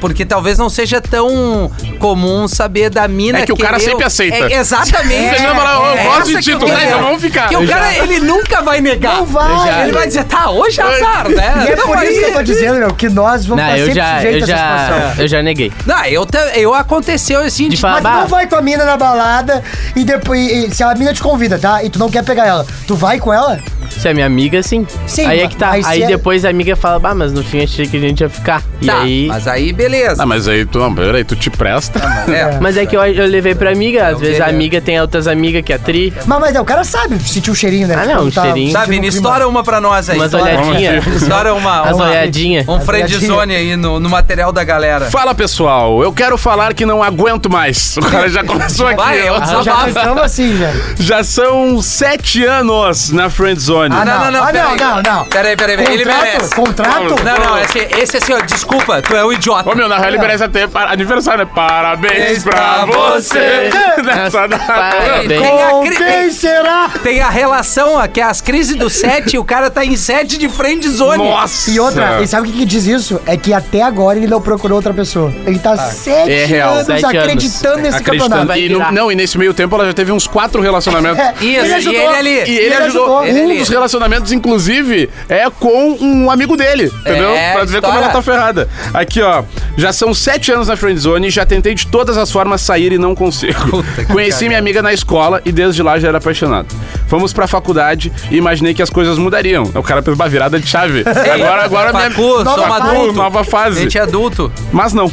Speaker 1: Porque talvez não seja tão comum saber da mina
Speaker 2: É que o cara
Speaker 1: querer-
Speaker 2: sempre aceita.
Speaker 1: É, exatamente. É,
Speaker 2: Você não fala, "Ó, eu gosto de ti, tu tá, então vamos ficar."
Speaker 1: Porque o
Speaker 2: Eu
Speaker 1: cara, ele nunca vai negar.
Speaker 3: Não vai.
Speaker 1: Ele vai dizer, tá, hoje é azar, né?
Speaker 3: E é
Speaker 1: Não,
Speaker 3: por
Speaker 1: aí-
Speaker 3: isso que eu tô dizendo, meu, que nós vamos
Speaker 4: Não,
Speaker 3: estar
Speaker 4: eu
Speaker 3: sempre
Speaker 4: já, eu
Speaker 3: sujeitos a essa
Speaker 4: já,
Speaker 3: situação.
Speaker 4: eu já neguei.
Speaker 1: Não, eu, ta- eu aconteceu assim de-
Speaker 4: De falar,
Speaker 3: Mas tu
Speaker 4: bah,
Speaker 3: não vai com a mina na balada e depois. e- e se a mina te convida, tá? E tu não quer pegar ela, tu vai com ela?
Speaker 4: se é minha amiga, sim.
Speaker 3: Sim,
Speaker 4: aí é
Speaker 3: mas-
Speaker 4: que tá.
Speaker 3: mas se
Speaker 4: Aí
Speaker 3: é-
Speaker 4: depois a amiga fala, bah, mas no fim achei que a gente ia ficar. E
Speaker 1: Tá,
Speaker 4: aí.
Speaker 1: mas aí beleza.
Speaker 2: Ah, mas aí tu, não, peraí, tu te presta?
Speaker 1: É.
Speaker 4: Mas é que eu, eu levei pra amiga, às vezes a
Speaker 1: queria.
Speaker 4: amiga tem outras amigas que é tri.
Speaker 3: Mas, mas é, o cara sabe sentir o cheirinho, né?
Speaker 4: Ah,
Speaker 3: Tipo,
Speaker 4: não, um cheirinho.
Speaker 1: Tá,
Speaker 3: sentindo
Speaker 1: Vini,
Speaker 3: o clima.
Speaker 1: estoura uma pra nós aí.
Speaker 4: Umas
Speaker 1: Estoura-
Speaker 4: olhadinhas. [LAUGHS]
Speaker 1: Estoura uma.
Speaker 4: As
Speaker 1: uma-
Speaker 4: olhadinhas.
Speaker 1: Um friendzone aí no, no material da galera.
Speaker 2: Fala pessoal, eu quero falar que não aguento mais. O cara já começou aqui.
Speaker 1: Vai, eu
Speaker 2: ó.
Speaker 3: Ah, já
Speaker 1: desabafa.
Speaker 3: estamos assim, já.
Speaker 2: Já são sete anos na Friend Zone.
Speaker 3: Ah, não, ah,
Speaker 1: peraí.
Speaker 3: não, não, não.
Speaker 1: Peraí, peraí, peraí. Ele
Speaker 3: Contrato?
Speaker 1: merece.
Speaker 3: Contrato?
Speaker 1: Não, não, esse, esse assim, ó, desculpa, tu é um idiota.
Speaker 2: Ô meu, na real ele merece até par- aniversário, né? Parabéns pra você! [LAUGHS] Nessa data.
Speaker 4: Parabéns.
Speaker 1: Tem é a,
Speaker 3: Com
Speaker 1: cri-
Speaker 3: quem será?
Speaker 1: tem a relação, ó, que é as crises do 7 o cara tá em 7 de friendzone.
Speaker 2: Nossa!
Speaker 3: E outra, e sabe o que, que diz isso? É que até agora ele não procurou outra pessoa. Ele tá sete
Speaker 2: é real.
Speaker 3: anos
Speaker 4: Sete anos.
Speaker 3: acreditando nesse
Speaker 2: Acreditando.
Speaker 3: campeonato.
Speaker 2: E no- não, e nesse meio tempo ela já teve uns quatro relacionamentos.
Speaker 3: É,
Speaker 1: [LAUGHS] Isso, e ele ali.
Speaker 2: E ele,
Speaker 3: Ele
Speaker 2: ajudou.
Speaker 3: ajudou.
Speaker 2: Um
Speaker 1: Ele
Speaker 2: dos
Speaker 1: ali.
Speaker 2: relacionamentos, inclusive, é com um amigo dele, entendeu?
Speaker 1: É,
Speaker 2: pra tu ver como
Speaker 1: estoura.
Speaker 2: ela tá ferrada. Aqui, ó. Já são sete anos na friendzone e já tentei de todas as formas sair e não consigo.
Speaker 1: Puta que
Speaker 2: Conheci minha amiga na escola e desde lá já era apaixonado. Fomos pra faculdade e imaginei que as coisas mudariam. O cara fez uma virada de chave. agora, agora... minha-
Speaker 1: Facu,
Speaker 3: nova
Speaker 1: somos
Speaker 3: fase.
Speaker 1: adulto.
Speaker 2: Nova fase.
Speaker 1: Gente é adulto.
Speaker 2: Mas não.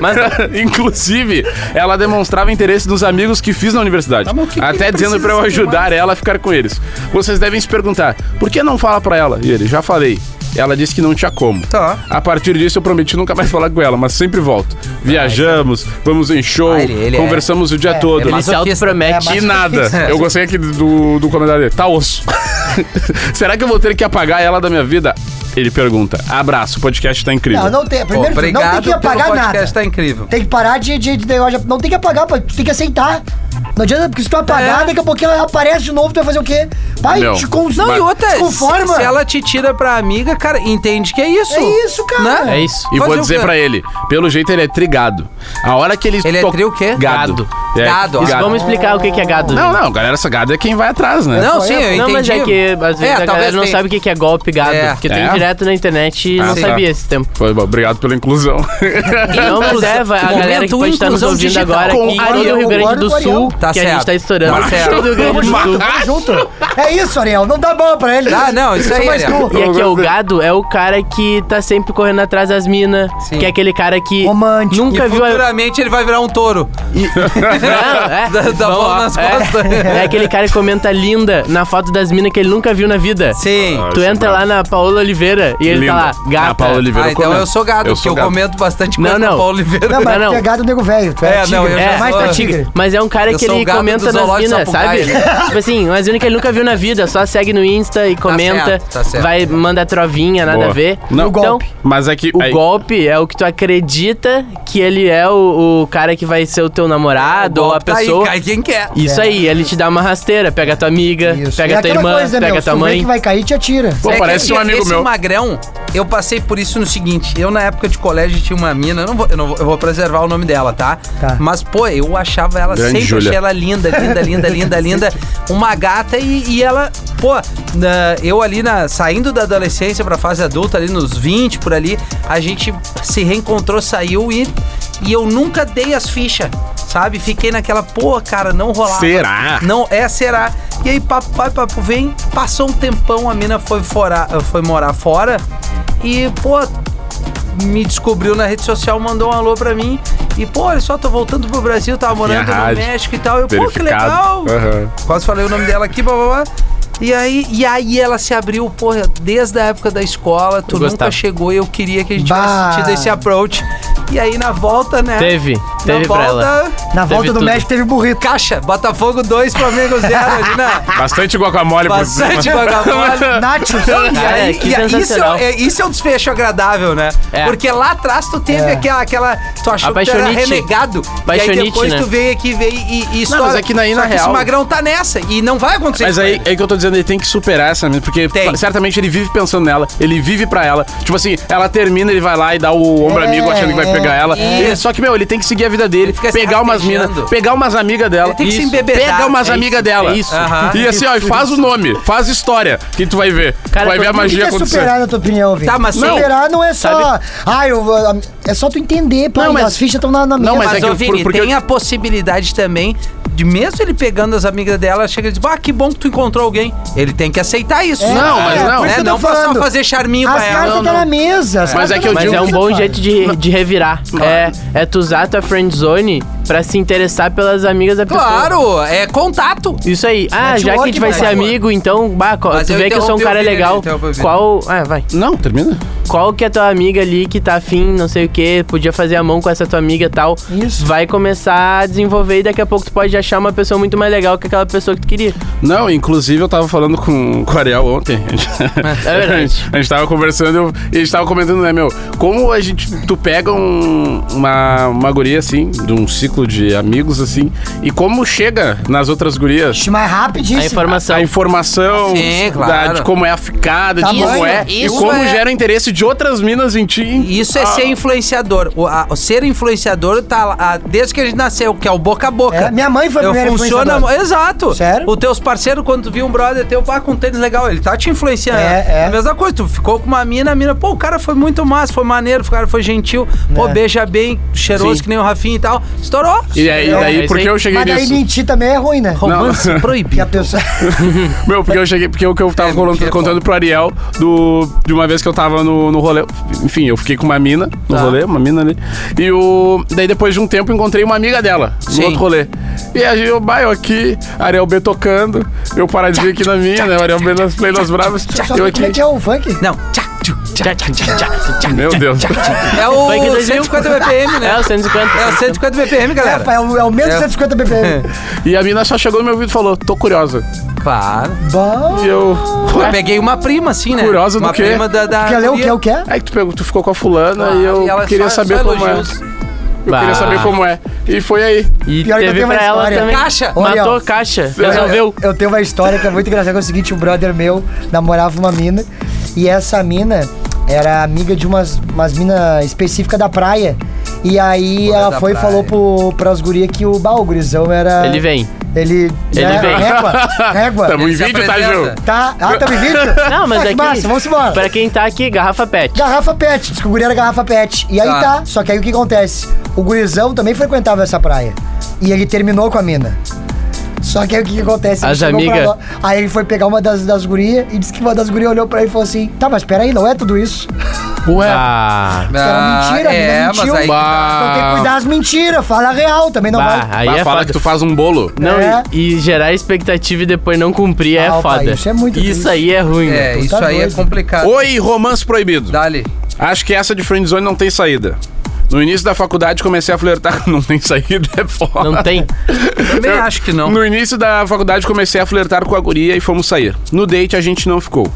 Speaker 4: Mas não.
Speaker 2: [LAUGHS] Inclusive, ela demonstrava interesse nos amigos que fiz na universidade.
Speaker 1: Tá, mas o que que
Speaker 2: até
Speaker 1: ele
Speaker 2: dizendo
Speaker 1: precisa
Speaker 2: pra eu
Speaker 1: ter
Speaker 2: ajudar ela a ficar com eles. Vocês devem se perguntar, por que não fala pra ela? E ele, já falei. Ela disse que não tinha como.
Speaker 1: Tá.
Speaker 2: A partir disso, eu prometi nunca mais falar com ela, mas sempre volto. Viajamos, vamos em show,
Speaker 1: Ah, ele- ele é-
Speaker 2: conversamos o dia todo.
Speaker 1: é
Speaker 4: Ele se
Speaker 1: Masoquista.
Speaker 4: autopromete.
Speaker 2: E nada. Eu gostei aqui do, do comentário dele. Tá osso. [LAUGHS] Será que eu vou ter que apagar ela da minha vida? Ele pergunta. Abraço, o podcast tá incrível.
Speaker 3: Não, não tem.
Speaker 1: Pô,
Speaker 3: Primeiro, que não tem
Speaker 1: obrigado
Speaker 3: que apagar
Speaker 1: pelo podcast,
Speaker 3: nada.
Speaker 1: tá incrível.
Speaker 3: Tem que parar de, de, de negócio. Não tem que apagar, pô. Tu tem que aceitar. Não adianta, porque se tu apagar,
Speaker 1: É.
Speaker 3: daqui a pouquinho ela aparece de novo, tu vai fazer o quê? Vai,
Speaker 2: Não.
Speaker 3: te cons...
Speaker 1: Não, e outra,
Speaker 3: te
Speaker 1: se,
Speaker 3: conforma.
Speaker 1: se ela te tira pra amiga, cara, entende que é isso. Né?
Speaker 3: É isso, cara.
Speaker 4: É isso.
Speaker 2: E vou
Speaker 1: Fazer o
Speaker 2: dizer
Speaker 1: quê?
Speaker 2: pra ele, pelo jeito ele é trigado. A hora que ele...
Speaker 1: Ele é
Speaker 2: to-
Speaker 1: tri o quê?
Speaker 2: Gado. É,
Speaker 1: Gado. Gado, ó.
Speaker 4: Vamos explicar o que que é gado.
Speaker 2: Não, não, galera, essa gado é quem vai atrás, né?
Speaker 1: Não, sim, eu entendi.
Speaker 4: Não, mas é que às vezes a galera
Speaker 1: talvez
Speaker 4: não
Speaker 1: tenha.
Speaker 4: sabe o que que é golpe gado.
Speaker 1: É.
Speaker 4: Porque
Speaker 2: É?
Speaker 4: tem direto na internet e
Speaker 2: Ah,
Speaker 4: não
Speaker 2: sim.
Speaker 4: sabia esse tempo.
Speaker 2: Foi bom, obrigado
Speaker 1: [LAUGHS]
Speaker 2: pela inclusão. [LAUGHS]
Speaker 1: um
Speaker 4: Não, mas é, vai- a
Speaker 1: Momento
Speaker 4: galera que pode estar nos
Speaker 1: inclusão
Speaker 4: ouvindo
Speaker 1: digital.
Speaker 4: agora
Speaker 2: Com
Speaker 4: aqui
Speaker 2: Ariel,
Speaker 4: do Rio Grande
Speaker 3: concordo
Speaker 4: do
Speaker 3: com Ariel.
Speaker 4: Sul,
Speaker 1: Tá
Speaker 4: que a
Speaker 1: certo.
Speaker 4: gente tá estourando
Speaker 1: Tá
Speaker 4: todo o Rio Grande do Sul.
Speaker 3: Tamo junto. É isso, Ariel. Não dá bola pra ele.
Speaker 1: Ah, não, isso
Speaker 3: Só
Speaker 1: aí,
Speaker 3: mais
Speaker 1: Ariel.
Speaker 3: tu.
Speaker 4: E aqui é o gado, é o cara que tá sempre correndo atrás das minas,
Speaker 1: Sim.
Speaker 4: que é aquele cara que
Speaker 3: Romântico.
Speaker 4: nunca
Speaker 1: E
Speaker 4: viu a...
Speaker 1: futuramente ele vai virar um touro.
Speaker 4: [LAUGHS] Não, é.
Speaker 1: [LAUGHS] Dá- dá
Speaker 4: Vamos
Speaker 1: bola
Speaker 4: lá.
Speaker 1: nas
Speaker 4: é.
Speaker 1: costas.
Speaker 4: É aquele cara que comenta linda na foto das minas que ele nunca viu na vida.
Speaker 1: Sim.
Speaker 2: Ah,
Speaker 4: Tu
Speaker 2: isso é
Speaker 4: entra lá
Speaker 2: brabo.
Speaker 4: na Paola Oliveira e ele
Speaker 2: Linda.
Speaker 4: tá lá, gata.
Speaker 2: Ah, Paola Oliveira,
Speaker 1: Ah, então
Speaker 2: comento.
Speaker 1: eu sou gado, porque
Speaker 2: sou
Speaker 1: eu
Speaker 2: gado.
Speaker 1: comento bastante
Speaker 4: Não,
Speaker 1: coisa na
Speaker 4: não.
Speaker 1: Paula Oliveira.
Speaker 3: Não, mas
Speaker 4: Não, não.
Speaker 3: tu é gado nego velho. Tu é,
Speaker 1: É, não, eu
Speaker 3: tigre.
Speaker 1: já
Speaker 4: É,
Speaker 3: mais tu
Speaker 1: sou-
Speaker 3: é tigre.
Speaker 4: Mas é um cara
Speaker 1: Eu
Speaker 4: que
Speaker 1: sou o
Speaker 4: ele
Speaker 1: gado do
Speaker 4: comenta nas
Speaker 1: zoológico de
Speaker 4: minas, sabe?
Speaker 1: Sapucaia.
Speaker 4: tipo assim, umas minas que ele nunca viu na vida, só segue no Insta e comenta,
Speaker 1: certo, tá certo.
Speaker 4: vai, manda trovinha, nada
Speaker 2: Boa.
Speaker 4: a ver. então,
Speaker 2: Não. O golpe. Mas é que...
Speaker 4: o
Speaker 2: aí-
Speaker 4: golpe é o que tu acredita que ele é o, o cara que vai ser o teu namorado ou a
Speaker 1: Tá aí,
Speaker 4: pessoa.
Speaker 1: cai quem quer.
Speaker 4: Isso
Speaker 3: É.
Speaker 4: aí, ele te dá uma rasteira, pega tua amiga,
Speaker 3: Isso.
Speaker 4: pega
Speaker 3: É
Speaker 4: tua
Speaker 3: aquela
Speaker 4: irmã,
Speaker 3: coisa,
Speaker 4: pega
Speaker 3: meu, se
Speaker 4: tua
Speaker 3: tu vê
Speaker 4: mãe.
Speaker 3: que vai cair, te atira.
Speaker 2: Pô,
Speaker 1: É que
Speaker 2: parece um
Speaker 1: esse-
Speaker 2: amigo
Speaker 1: esse
Speaker 2: meu.
Speaker 1: magrão, eu passei por isso no seguinte. Eu, na época de colégio, tinha uma mina. Eu, não vou, eu, não vou, eu vou preservar o nome dela, tá?
Speaker 3: Tá.
Speaker 1: Mas, pô, eu achava ela...
Speaker 2: Grande
Speaker 1: sempre
Speaker 2: Júlia.
Speaker 1: achei ela linda, linda, linda, linda, linda. Uma gata e, e ela... Pô, na- eu ali, na, saindo da adolescência pra fase adulta, ali nos 20, por ali, a gente se reencontrou, saiu e... E eu nunca dei as fichas, sabe? Fiquei naquela, pô, cara, não rolava.
Speaker 2: Será?
Speaker 1: Não, é, será. E aí, papo, vai, papo, vem. Passou um tempão, a mina foi, fora, foi morar fora e, pô, me descobriu na rede social, mandou um alô pra mim. E, pô, olha só, tô voltando pro Brasil, tava morando no
Speaker 2: rádio.
Speaker 1: México e tal. Eu, pô, que
Speaker 2: Verificado.
Speaker 1: legal.
Speaker 4: É.
Speaker 2: Aham.
Speaker 1: Quase falei o nome dela aqui, blá, blá, blá. E aí, e aí ela se abriu, porra, desde a época da escola, tu nunca
Speaker 4: gostava.
Speaker 1: chegou e eu queria que a gente
Speaker 3: Bah.
Speaker 1: tivesse tido esse approach. E aí na volta, né?
Speaker 4: Teve,
Speaker 1: na
Speaker 4: teve pra
Speaker 1: volta,
Speaker 4: ela.
Speaker 3: Na
Speaker 4: Teve
Speaker 3: volta do
Speaker 4: tudo.
Speaker 3: México teve burrito.
Speaker 1: Caixa, Botafogo 2, Flamengo 0
Speaker 4: [LAUGHS]
Speaker 1: ali na,
Speaker 2: Bastante guacamole. por-
Speaker 1: Bastante
Speaker 3: tá
Speaker 4: [LAUGHS]
Speaker 2: [LAUGHS]
Speaker 1: guacamole.
Speaker 3: Nacho.
Speaker 1: [LAUGHS] E
Speaker 4: Cara,
Speaker 1: aí,
Speaker 4: que
Speaker 1: e aí, isso,
Speaker 4: sensacional.
Speaker 1: é, isso é um desfecho agradável, né?
Speaker 4: É.
Speaker 1: Porque lá atrás tu teve
Speaker 3: É.
Speaker 1: aquela, aquela. Tu achou que tu era
Speaker 4: Apaixonite.
Speaker 1: renegado. E aí
Speaker 4: Apaixonite,
Speaker 1: depois
Speaker 4: né?
Speaker 1: tu veio aqui veio e, e estoura.
Speaker 2: mas é que na- aí,
Speaker 1: Só
Speaker 2: na
Speaker 1: esse
Speaker 2: real-
Speaker 1: magrão tá nessa. E não vai acontecer
Speaker 2: Mas
Speaker 1: isso
Speaker 2: aí
Speaker 1: com ele.
Speaker 2: é que eu tô dizendo, ele tem que superar essa mina, porque
Speaker 1: Tem.
Speaker 2: fa- certamente ele vive pensando nela, ele vive pra ela. Tipo assim, ela termina, ele vai lá e dá o ombro
Speaker 3: É,
Speaker 2: amigo achando que vai
Speaker 3: é,
Speaker 2: pegar ela.
Speaker 1: é.
Speaker 2: Ele- só que, meu, ele tem que seguir a vida dele,
Speaker 1: fica se
Speaker 2: pegar umas minas,
Speaker 1: rastejando.
Speaker 2: pegar umas amigas dela.
Speaker 1: Ele tem que se
Speaker 2: Isso.
Speaker 1: embebedar.
Speaker 2: Pega umas
Speaker 1: É
Speaker 2: amigas
Speaker 4: isso,
Speaker 2: dela.
Speaker 4: é isso.
Speaker 1: Aham.
Speaker 2: E assim, ó, e faz o nome, faz história, que tu vai ver.
Speaker 4: Cara,
Speaker 2: vai ver
Speaker 4: eu-
Speaker 2: a
Speaker 3: O que
Speaker 2: magia
Speaker 3: que é
Speaker 2: acontecer.
Speaker 3: superar, na tua opinião, Vitor?
Speaker 1: Tá, mas
Speaker 2: Não.
Speaker 3: Superar não é só. Ah, eu, vou- é só tu entender, pô.
Speaker 2: Não, mas-
Speaker 3: As fichas estão na, na mesa.
Speaker 2: Não, mas
Speaker 1: Mas,
Speaker 2: é que
Speaker 1: ô, Vini,
Speaker 2: por- porque
Speaker 1: tem
Speaker 2: eu-
Speaker 1: a possibilidade também de mesmo ele pegando as amigas dela, ela chega e diz: Ah, que bom que tu encontrou alguém. Ele tem que aceitar isso.
Speaker 2: Não, mas
Speaker 3: é,
Speaker 2: não.
Speaker 3: por isso
Speaker 1: Né?
Speaker 3: que eu tô
Speaker 1: Não pra só
Speaker 3: falando.
Speaker 1: fazer charminho
Speaker 3: As
Speaker 1: pra ela.
Speaker 3: cartas
Speaker 1: Não,
Speaker 3: estão na mesa. as cartas
Speaker 2: Mas é que eu
Speaker 3: tão na
Speaker 4: Mas
Speaker 2: digo
Speaker 4: é um
Speaker 3: mesa,
Speaker 4: bom
Speaker 3: cara.
Speaker 4: jeito de, de revirar. É, é tu usar a tua friendzone pra se interessar pelas amigas da pessoa.
Speaker 1: Claro, é contato.
Speaker 4: Isso aí. Ah,
Speaker 3: Network,
Speaker 4: já que a gente vai
Speaker 3: mas-
Speaker 4: ser amigo, então, bah, qual-
Speaker 1: Mas
Speaker 4: tu
Speaker 1: eu
Speaker 4: vê que eu sou um
Speaker 1: interrompi o
Speaker 4: cara
Speaker 1: Vini, eu
Speaker 4: legal.
Speaker 1: interrompi o Vini.
Speaker 4: Qual. Ah, vai.
Speaker 2: Não, termina.
Speaker 4: Qual que é a tua amiga ali que tá afim, não sei o que, podia fazer a mão com essa tua amiga e tal.
Speaker 3: Isso.
Speaker 4: Vai começar a desenvolver e daqui a pouco tu pode achar uma pessoa muito mais legal que aquela pessoa que tu queria.
Speaker 2: Não, inclusive eu tava falando com, com o Ariel ontem. [LAUGHS]
Speaker 4: É verdade.
Speaker 2: A gente- a gente tava conversando eu- e a gente tava comentando, né, meu? Como a gente. Tu pega um- uma, uma guria, assim, de um ciclo de amigos, assim, e como chega nas outras gurias.
Speaker 3: Ixi, Mas rapidíssimo.
Speaker 4: A informação.
Speaker 2: A informação
Speaker 1: Sim,
Speaker 2: da-
Speaker 1: claro.
Speaker 2: de como é a ficada, de
Speaker 3: Tamanho.
Speaker 2: como é.
Speaker 3: então.
Speaker 1: Isso
Speaker 2: e como
Speaker 1: é-
Speaker 2: gera o interesse de outras minas em ti.
Speaker 1: E Isso é
Speaker 2: Ah,
Speaker 1: ser influenciador. O, a- o ser influenciador tá lá, ah, desde que a gente nasceu, que é o boca a boca.
Speaker 3: É, minha mãe foi a
Speaker 1: Eu
Speaker 3: primeira
Speaker 1: funciona,
Speaker 3: influenciadora.
Speaker 1: Exato.
Speaker 3: Sério?
Speaker 1: Os teus parceiros, quando tu viu um brother teu, pá, com um tênis legal, ele tá te influenciando.
Speaker 3: É, é.
Speaker 1: A mesma coisa, tu ficou com uma mina, a mina, pô, o cara foi muito massa, foi maneiro, o cara foi gentil, pô,
Speaker 3: É.
Speaker 1: beija bem, cheiroso
Speaker 4: Sim.
Speaker 1: que nem o Rafinha e tal. Estourou.
Speaker 2: E aí,
Speaker 4: É,
Speaker 2: daí,
Speaker 4: é isso
Speaker 2: por que
Speaker 4: aí.
Speaker 2: eu cheguei
Speaker 3: Mas daí
Speaker 2: nisso?
Speaker 3: mentir também é ruim, né?
Speaker 1: Romance
Speaker 3: Que a [LAUGHS]
Speaker 1: proibido.
Speaker 3: pessoa...
Speaker 2: Meu, porque eu cheguei, porque o que eu tava
Speaker 1: É,
Speaker 2: colando-
Speaker 1: mentira,
Speaker 2: contando pro Ariel do, de uma vez que eu tava no, no rolê. Enfim, eu fiquei com uma mina no
Speaker 1: Tá.
Speaker 2: rolê, uma mina ali. E o. Daí depois de um tempo eu encontrei uma amiga dela no
Speaker 1: Sim.
Speaker 2: outro rolê. E aí eu, bah, eu aqui, Ariel B tocando, eu paradinho aqui na minha, né? O Ariel B nas Play nas Bravas.
Speaker 3: Só
Speaker 2: Eu
Speaker 3: que como é
Speaker 2: aqui.
Speaker 3: que é o funk?
Speaker 1: Não. Tchá, tchu, tchá.
Speaker 2: Meu Deus.
Speaker 1: É o
Speaker 4: Funk 2000.
Speaker 1: 150 BPM, né?
Speaker 4: É, o 150.
Speaker 1: É o 150 BPM, galera.
Speaker 3: É, é o, é o menos
Speaker 1: É.
Speaker 3: 150 BPM.
Speaker 2: E a mina só chegou no meu ouvido e falou: tô curiosa.
Speaker 1: Claro.
Speaker 3: Bom,
Speaker 2: E eu.
Speaker 1: Eu
Speaker 2: "Ué?"
Speaker 1: peguei uma prima, assim, né?
Speaker 2: Curiosa do
Speaker 1: uma
Speaker 2: quê?
Speaker 1: prima da. da
Speaker 3: quer ler o que? O que
Speaker 2: [LAUGHS]
Speaker 3: é?
Speaker 2: Aí tu, pegou, tu ficou com a fulana e eu
Speaker 1: Ah, ela
Speaker 2: queria
Speaker 1: só-
Speaker 2: saber
Speaker 1: só
Speaker 2: como é.
Speaker 1: elogios.
Speaker 2: Eu queria
Speaker 4: Bah.
Speaker 2: saber como é. E foi aí.
Speaker 4: E
Speaker 3: Pior que eu
Speaker 4: teve
Speaker 3: tenho uma
Speaker 4: pra ela
Speaker 3: história.
Speaker 4: também.
Speaker 1: Caixa?
Speaker 3: Ô,
Speaker 4: Matou
Speaker 3: Ariel.
Speaker 4: a caixa. Resolveu.
Speaker 3: Eu tenho uma história que é muito engraçada, que é o seguinte, um brother meu namorava uma mina, e essa mina era amiga de umas, umas mina específica da praia. E aí
Speaker 1: Mulher da
Speaker 3: ela foi e
Speaker 1: praia.
Speaker 3: falou pro, pras gurias que o baú gurizão era.
Speaker 4: Ele vem.
Speaker 3: Ele.
Speaker 4: Ele
Speaker 3: né,
Speaker 4: vem.
Speaker 3: Régua. Régua.
Speaker 2: Tamo em
Speaker 1: se
Speaker 2: vídeo, tá, Gil?
Speaker 1: apresenta.
Speaker 3: Tá. Ah, tá me vídeo?
Speaker 4: Não, mas é
Speaker 3: ah, que
Speaker 4: aqui.
Speaker 3: Massa, vamos embora.
Speaker 4: Pra quem tá aqui, garrafa pet.
Speaker 3: Garrafa pet, diz que o guri era garrafa pet. E aí
Speaker 1: Tá.
Speaker 3: tá. só que aí o que acontece? O gurizão também frequentava essa praia. E ele terminou com a mina. Só que aí o que, que acontece? Ele
Speaker 4: As
Speaker 3: chegou pra
Speaker 4: amiga.
Speaker 3: nós- Aí ele foi pegar uma das, das gurias e disse que uma das gurias olhou pra ele e falou assim: Tá, mas peraí, não é tudo isso.
Speaker 2: Ué.
Speaker 4: Ah.
Speaker 3: Era mentira, a
Speaker 1: é,
Speaker 3: menina
Speaker 1: mas
Speaker 3: mentiu.
Speaker 1: aí.
Speaker 2: tá.
Speaker 3: Então tem que cuidar as mentiras, fala a real, também não
Speaker 4: Bah,
Speaker 3: vai.
Speaker 4: aí
Speaker 2: Vai
Speaker 4: é
Speaker 2: falar
Speaker 4: foda.
Speaker 2: que tu faz um bolo.
Speaker 4: Não,
Speaker 3: É.
Speaker 4: e, e gerar expectativa e depois não cumprir
Speaker 3: Ah,
Speaker 4: é
Speaker 3: pai,
Speaker 4: foda.
Speaker 3: isso é muito triste.
Speaker 4: Isso aí é ruim.
Speaker 1: É,
Speaker 4: né?
Speaker 1: isso
Speaker 3: tá
Speaker 1: aí é
Speaker 3: doido.
Speaker 1: complicado.
Speaker 2: Oi, romance proibido.
Speaker 1: Dali.
Speaker 2: Acho que essa de friendzone não tem saída. No início da faculdade comecei a flertar. [LAUGHS] Não tem saída, é foda.
Speaker 4: Não tem.
Speaker 1: Também acho que não.
Speaker 2: No início da faculdade comecei a flertar com a guria e fomos sair. No date a gente não ficou.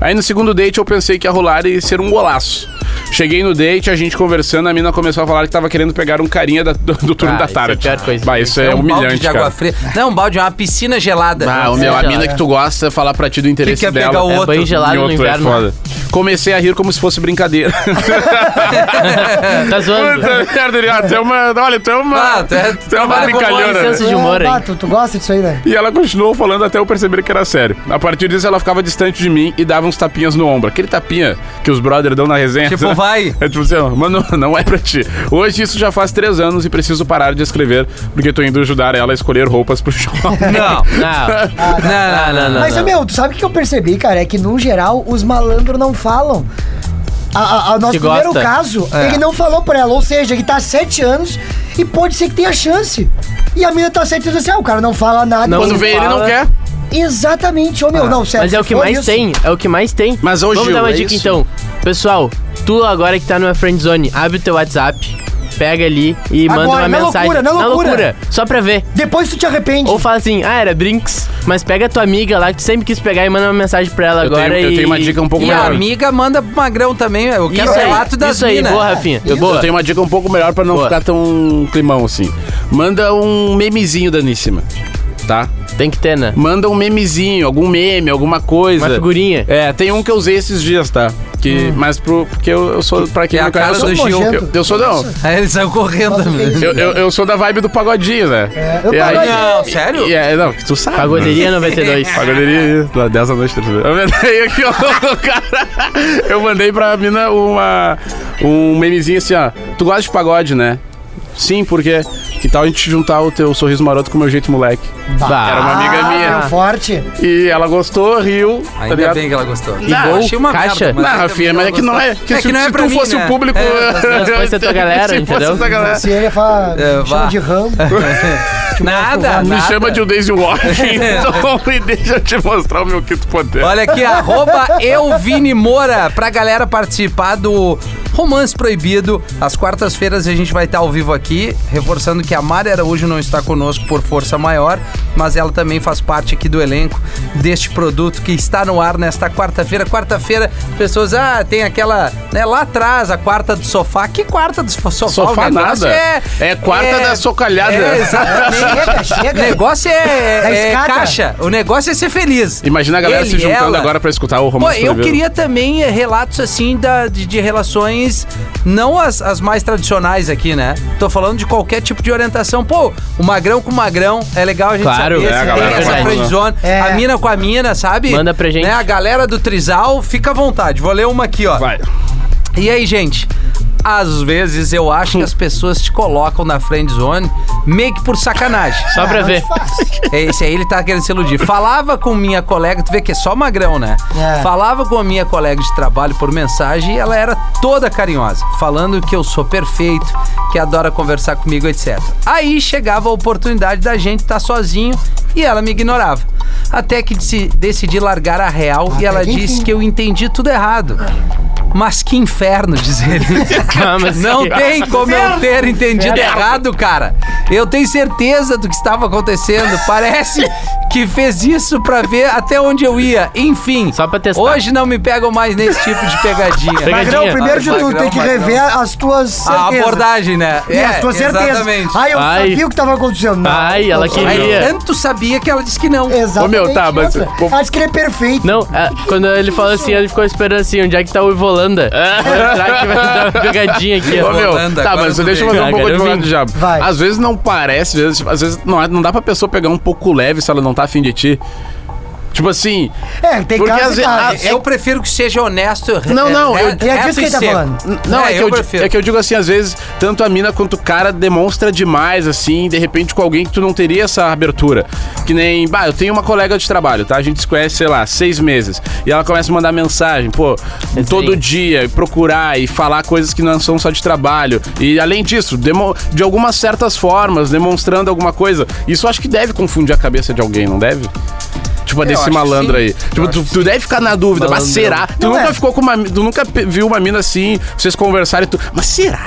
Speaker 2: Aí no segundo date eu pensei que ia rolar e ser um golaço. Cheguei no date, a gente conversando, a mina começou a falar que tava querendo pegar um carinha da- do, do turno
Speaker 4: Ah,
Speaker 2: da
Speaker 4: isso é a
Speaker 2: tarde.
Speaker 4: pior coisa.
Speaker 2: Bah, isso é,
Speaker 1: um balde
Speaker 2: humilhante,
Speaker 1: de água
Speaker 2: cara.
Speaker 1: fria. Não, um balde, é uma piscina gelada.
Speaker 2: Ah, o
Speaker 4: Sim,
Speaker 2: meu, a
Speaker 4: já
Speaker 2: mina
Speaker 4: é.
Speaker 2: que tu gosta falar pra ti do interesse
Speaker 1: quer pegar
Speaker 2: dela.
Speaker 1: o
Speaker 4: É
Speaker 1: Outro.
Speaker 4: banho gelado no
Speaker 2: Nhoto é
Speaker 4: inverno. né?
Speaker 2: foda. Comecei a rir como se
Speaker 4: [LAUGHS]
Speaker 2: fosse brincadeira.
Speaker 4: Tá zoando.
Speaker 2: Puta merda, Eliana, tu é uma. Olha, tu é uma.
Speaker 1: Ah, tu é-
Speaker 2: tu é uma
Speaker 1: trabalha com boa
Speaker 2: brincalhona.
Speaker 4: licença
Speaker 2: né?
Speaker 4: de humor,
Speaker 3: É,
Speaker 4: hein?
Speaker 3: bah, tu, tu gosta disso aí, né?
Speaker 2: E ela continuou falando até eu perceber que era sério. A partir disso, ela ficava distante de mim e dava uns tapinhas no ombro. Aquele tapinha que os brothers dão na resenha.
Speaker 1: Tipo, vai.
Speaker 2: É tipo assim, ó, mano, [LAUGHS] não é pra ti. Hoje isso já faz três anos e preciso parar de escrever, porque tô indo ajudar ela a escolher roupas pro shopping.
Speaker 1: [LAUGHS] Não.
Speaker 2: Ah, tá,
Speaker 4: Não.
Speaker 1: Não, não, não.
Speaker 3: Mas,
Speaker 4: Ah,
Speaker 3: é
Speaker 4: não.
Speaker 3: meu, tu sabe o que eu percebi, cara? É que, no geral, os malandros não falam. A, a, a nosso
Speaker 4: Que
Speaker 3: primeiro
Speaker 4: gosta.
Speaker 3: caso,
Speaker 1: É.
Speaker 3: ele não falou pra ela. Ou seja, ele tá há sete anos e pode ser que tenha chance. E a mina tá há sete anos assim, ah, o cara não fala nada.
Speaker 4: Não.
Speaker 2: Quando vem ele, não
Speaker 4: fala.
Speaker 2: quer.
Speaker 3: Exatamente. Ô, meu, não, sério.
Speaker 4: Mas é o
Speaker 3: se
Speaker 4: que
Speaker 3: for
Speaker 4: mais
Speaker 3: isso-
Speaker 4: tem, é o que mais tem.
Speaker 2: Mas, ô,
Speaker 4: Vamos
Speaker 2: Gil,
Speaker 4: dar uma
Speaker 2: é
Speaker 4: dica
Speaker 2: isso?
Speaker 4: então. Pessoal, tu agora que tá numa friend zone, abre o teu WhatsApp, pega ali e
Speaker 3: Agora,
Speaker 4: manda uma
Speaker 3: na
Speaker 4: mensagem.
Speaker 3: loucura, na loucura.
Speaker 4: Só pra ver.
Speaker 3: Depois tu te arrepende.
Speaker 4: Ou fala assim, ah, era Brinks, mas pega a tua amiga lá que tu sempre quis pegar e manda uma mensagem pra ela
Speaker 2: Eu
Speaker 4: agora
Speaker 2: tenho-
Speaker 4: e...
Speaker 2: eu tenho uma dica um pouco
Speaker 4: e
Speaker 1: E a
Speaker 2: melhor.
Speaker 4: abre.
Speaker 1: amiga manda pro magrão também. Eu quero
Speaker 4: Isso
Speaker 1: relato
Speaker 4: aí,
Speaker 1: das
Speaker 4: isso aí,
Speaker 1: minas.
Speaker 4: boa, Rafinha.
Speaker 3: Isso.
Speaker 4: Boa.
Speaker 2: Eu tenho uma dica um pouco melhor pra não
Speaker 4: Boa.
Speaker 2: ficar tão climão assim. Manda um memezinho daníssima, tá?
Speaker 4: Tem que ter, né?
Speaker 2: Manda um memezinho, algum meme, alguma coisa.
Speaker 4: Uma figurinha.
Speaker 2: É, tem um que eu usei esses dias, tá? Que, Mas pro, porque eu, eu sou, pra
Speaker 1: Hum.
Speaker 2: quem
Speaker 1: é
Speaker 2: não
Speaker 1: a
Speaker 2: conhece,
Speaker 1: cara
Speaker 2: eu sou
Speaker 1: do Gil.
Speaker 2: Eu, eu sou não.
Speaker 1: Aí eles saiu correndo.
Speaker 3: Nossa,
Speaker 1: né?
Speaker 3: que-
Speaker 2: Eu, eu, eu sou da vibe do pagodinho, né?
Speaker 3: É, eu
Speaker 2: E aí-
Speaker 3: pagodinho.
Speaker 1: Não, sério?
Speaker 2: e é, não, que tu sabe.
Speaker 4: Pagoderia
Speaker 2: [LAUGHS]
Speaker 4: 92.
Speaker 2: né? Pagoderia, lá, 10 da noite, 3 Eu mandei aqui, ó, [LAUGHS] o cara. Eu mandei pra mina uma, um memezinho assim, ó. Tu gosta de pagode, né? Sim, porque que tal a gente juntar o teu sorriso maroto com o meu jeito moleque?
Speaker 4: Bah.
Speaker 2: Era uma amiga minha.
Speaker 3: Ah, meu, forte.
Speaker 4: [LAUGHS]
Speaker 2: E ela gostou, riu. tá
Speaker 1: Ainda
Speaker 2: ligado?
Speaker 1: bem que ela gostou.
Speaker 2: Não,
Speaker 1: Eu achei uma
Speaker 4: caixa.
Speaker 1: merda,
Speaker 2: Não,
Speaker 1: ainda
Speaker 2: Rafinha,
Speaker 1: bem
Speaker 2: mas é
Speaker 1: ela
Speaker 2: que não é.
Speaker 1: gostou.
Speaker 2: Que se, se tu
Speaker 1: mim,
Speaker 2: fosse
Speaker 1: né?
Speaker 2: o público. [LAUGHS]
Speaker 1: É,
Speaker 4: se fosse a tua galera,
Speaker 2: se fosse
Speaker 4: entendeu?
Speaker 2: a tua galera.
Speaker 3: Se ele fala,
Speaker 1: É,
Speaker 3: chama
Speaker 1: vá.
Speaker 3: de
Speaker 4: [LAUGHS]
Speaker 3: ramo.
Speaker 1: Nada,
Speaker 2: Me
Speaker 1: nada. É.
Speaker 2: chama de o
Speaker 1: [LAUGHS]
Speaker 2: Daisy Walking, então, [LAUGHS] e deixa eu te mostrar
Speaker 1: [LAUGHS]
Speaker 2: o meu quinto poder.
Speaker 1: Olha aqui, arroba Elvini Moura, pra galera participar do Romance Proibido. Às quartas-feiras a gente vai estar ao vivo aqui, reforçando que a Mari Araújo não está conosco por força maior, mas ela também faz parte aqui do elenco deste produto que está no ar nesta quarta-feira. Quarta-feira, pessoas, ah, tem aquela, né, lá atrás, a quarta do sofá. Que quarta do sofá?
Speaker 2: Sofá
Speaker 1: O negócio
Speaker 2: nada. É quarta da socalhada.
Speaker 1: É, exatamente.
Speaker 3: Chega, chega.
Speaker 1: O negócio
Speaker 3: Da
Speaker 1: é, é
Speaker 3: escada.
Speaker 1: caixa. O negócio é ser feliz.
Speaker 2: Imagina a galera
Speaker 1: Ele,
Speaker 2: se juntando
Speaker 1: ela.
Speaker 2: agora pra escutar o
Speaker 1: Pô,
Speaker 2: romance
Speaker 1: eu
Speaker 2: Proibido.
Speaker 1: queria também eh, relatos assim da, de, de relações, não as, as mais tradicionais aqui, né? Tô falando de qualquer tipo de orientação. Pô, o magrão com o magrão, é legal a gente
Speaker 4: Claro,
Speaker 1: saber.
Speaker 4: é, a
Speaker 1: se
Speaker 4: galera
Speaker 1: tem essa
Speaker 4: com a
Speaker 1: friendzone.
Speaker 3: É.
Speaker 1: A mina com a mina, sabe?
Speaker 4: Manda pra gente.
Speaker 1: Né? A galera do Trisal, fica à vontade. Vou ler uma aqui, ó.
Speaker 2: Vai.
Speaker 1: E aí, gente? Às vezes eu acho que as pessoas te colocam na friendzone meio que por sacanagem.
Speaker 4: Só
Speaker 3: [LAUGHS]
Speaker 4: pra ver.
Speaker 1: Esse aí ele tá querendo se iludir. Falava com minha colega, tu vê que é só magrão, né?
Speaker 3: É.
Speaker 1: Falava com a minha colega de trabalho por mensagem e ela era toda carinhosa, falando que eu sou perfeito, que adora conversar comigo, etc. Aí chegava a oportunidade da gente estar sozinho e ela me ignorava. Até que deci- decidi largar a real e ela
Speaker 3: que
Speaker 1: disse
Speaker 3: enfim.
Speaker 1: que eu entendi tudo errado. Mas que inferno, diz
Speaker 3: [LAUGHS]
Speaker 1: ele.
Speaker 4: Calma, assim.
Speaker 1: Não
Speaker 4: senhor.
Speaker 1: tem como eu ter entendido errado, cara. Eu tenho certeza do que estava acontecendo. Parece que fez isso pra ver até onde eu ia. Enfim,
Speaker 4: Só pra testar.
Speaker 1: hoje não me pegam mais nesse tipo de pegadinha.
Speaker 3: Magrão,
Speaker 4: [LAUGHS] Pegadinha.
Speaker 3: primeiro de
Speaker 1: Magrão,
Speaker 3: tudo, tem que
Speaker 1: magrão.
Speaker 3: rever as tuas certezas.
Speaker 2: Ah,
Speaker 1: A abordagem, né?
Speaker 3: E
Speaker 2: é,
Speaker 3: as tuas certezas.
Speaker 1: Exatamente.
Speaker 3: Ai, eu
Speaker 4: Ai.
Speaker 3: sabia o que tava acontecendo. Não,
Speaker 4: Ai, ela
Speaker 3: eu-
Speaker 4: queria.
Speaker 1: Aí, tanto sabia que ela disse que não.
Speaker 3: Exatamente.
Speaker 2: Ô, meu, tá, mas-
Speaker 3: essa. Ela disse que ele é perfeito.
Speaker 4: Não, ah, quando ele falou assim, ele ficou esperando assim, onde é que tá o Ivolanda? Ah, será que vai dar uma pegadinha aqui?
Speaker 2: Ô,
Speaker 4: ó?
Speaker 2: meu,
Speaker 1: Holanda,
Speaker 2: tá,
Speaker 1: agora
Speaker 2: mas
Speaker 1: tudo
Speaker 2: deixa eu
Speaker 1: bem.
Speaker 2: fazer um
Speaker 4: Ah,
Speaker 2: pouco de
Speaker 4: quero
Speaker 2: advogado
Speaker 4: vir.
Speaker 2: do diabo.
Speaker 3: Vai.
Speaker 2: Às vezes não parece, às vezes, às vezes não, é- não dá pra pessoa pegar um pouco leve se ela não tá afim de ti. Tipo assim.
Speaker 3: É, tem
Speaker 2: Porque
Speaker 3: casos
Speaker 2: às
Speaker 3: e
Speaker 2: ve-
Speaker 3: casos.
Speaker 2: a-
Speaker 1: Eu prefiro que seja honesto.
Speaker 2: Não,
Speaker 1: re-
Speaker 2: não,
Speaker 1: re-
Speaker 2: eu-
Speaker 1: reto
Speaker 3: E é disso que
Speaker 1: e
Speaker 3: ele tá
Speaker 1: seco.
Speaker 3: falando.
Speaker 2: N- Não, é, que eu, di-
Speaker 1: prefiro.
Speaker 2: é que eu digo assim, às vezes, tanto a mina quanto o cara demonstra demais, assim, de repente com alguém que tu não teria essa abertura. Que nem, bah, eu tenho uma colega de trabalho, tá? A gente se conhece, sei lá, seis meses. E ela começa a mandar mensagem, pô, todo dia, e procurar e falar coisas que não são só de trabalho. E além disso, demo- de algumas certas formas, demonstrando alguma coisa. Isso eu acho que deve confundir a cabeça de alguém, não deve? Tipo, a
Speaker 1: acho
Speaker 2: desse
Speaker 1: que
Speaker 2: malandro
Speaker 1: sim.
Speaker 2: aí. Tipo, tu, tu deve ficar na dúvida, mas
Speaker 4: Malandrão.
Speaker 2: será? tá? Tu
Speaker 3: Não
Speaker 2: nunca
Speaker 3: é.
Speaker 2: ficou com uma. Tu nunca pe- viu uma mina assim, vocês conversarem e tu. Mas será?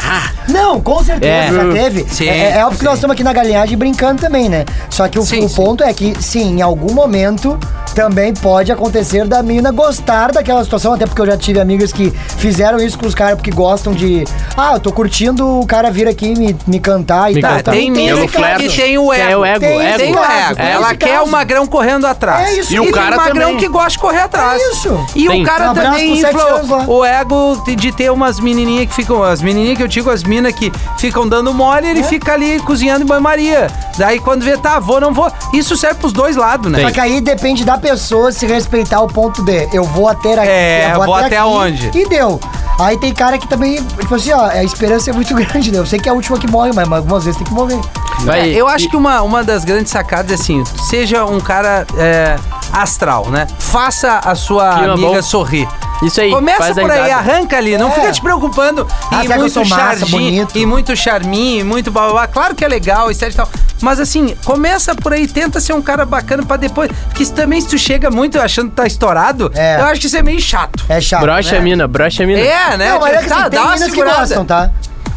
Speaker 3: Não, com certeza,
Speaker 4: É.
Speaker 3: já teve.
Speaker 1: Sim,
Speaker 3: é, é óbvio que nós estamos aqui na galinhagem brincando também, né? Só que o,
Speaker 1: Sim,
Speaker 3: o
Speaker 1: sim.
Speaker 3: ponto é que, sim, em algum momento também pode acontecer da mina gostar daquela situação, até porque eu já tive amigas que fizeram isso com os caras porque gostam de. Ah, eu tô curtindo o cara vir aqui me, me cantar e
Speaker 4: Me
Speaker 3: tal.
Speaker 1: Tá,
Speaker 4: cantar.
Speaker 3: tal".
Speaker 1: tem
Speaker 2: Eu
Speaker 1: mina
Speaker 2: não
Speaker 1: que
Speaker 2: flerto.
Speaker 1: tem o
Speaker 4: É,
Speaker 1: ego.
Speaker 4: o ego,
Speaker 3: Tem-
Speaker 4: ego.
Speaker 1: Tem o ego. então.
Speaker 3: Tem
Speaker 1: Ela
Speaker 3: esse
Speaker 1: quer
Speaker 3: caso.
Speaker 1: o magrão correndo atrás.
Speaker 3: É isso.
Speaker 2: E o
Speaker 1: tem
Speaker 2: cara
Speaker 1: magrão
Speaker 2: também.
Speaker 1: que gosta de correr atrás.
Speaker 3: É isso.
Speaker 1: E
Speaker 4: Sim.
Speaker 1: o cara
Speaker 3: Um abraço
Speaker 1: também
Speaker 3: pros sete anos lá.
Speaker 1: infla o ego de- de ter umas menininhas que ficam... As menininhas que eu digo, as minas que ficam dando mole,
Speaker 3: É.
Speaker 1: ele fica ali cozinhando em banho-maria. Daí quando vê, tá, vou, não vou. Isso serve pros dois lados, né?
Speaker 3: Só que aí depende da pessoa se respeitar o ponto de eu vou até aqui,
Speaker 1: É,
Speaker 3: eu
Speaker 1: vou até
Speaker 3: aqui,
Speaker 1: onde?
Speaker 3: E deu. Aí tem cara que também, tipo assim, ó, a esperança é muito [LAUGHS] grande, né? Eu sei que é a última que morre, mas mas algumas vezes tem que morrer.
Speaker 4: Vai,
Speaker 1: É, eu acho
Speaker 4: e-
Speaker 1: que uma, uma das grandes sacadas é assim, seja um cara é, astral, né? Faça a sua
Speaker 4: Clima
Speaker 1: amiga
Speaker 4: bom.
Speaker 1: sorrir.
Speaker 4: Isso aí,
Speaker 1: Começa
Speaker 4: faz a
Speaker 1: por aí,
Speaker 4: risada.
Speaker 1: arranca ali, não
Speaker 3: É.
Speaker 1: fica te preocupando
Speaker 3: Ah,
Speaker 1: e
Speaker 3: será que eu
Speaker 1: muito
Speaker 3: sou massa,
Speaker 1: charginho,
Speaker 3: bonito?
Speaker 1: e muito charminho, e muito blá, blá, blá. Claro que é legal, etc e tal. Mas assim, começa por aí, tenta ser um cara bacana pra depois, porque se também se tu chega muito achando que tá estourado,
Speaker 3: É.
Speaker 1: eu acho que isso é meio chato.
Speaker 3: É chato.
Speaker 4: Brocha a mina, brocha a mina.
Speaker 1: É, né?
Speaker 3: Não, mas é que
Speaker 1: Tá,
Speaker 3: assim, tem
Speaker 1: dá uma
Speaker 3: minas que
Speaker 1: segurada.
Speaker 3: gostam, tá?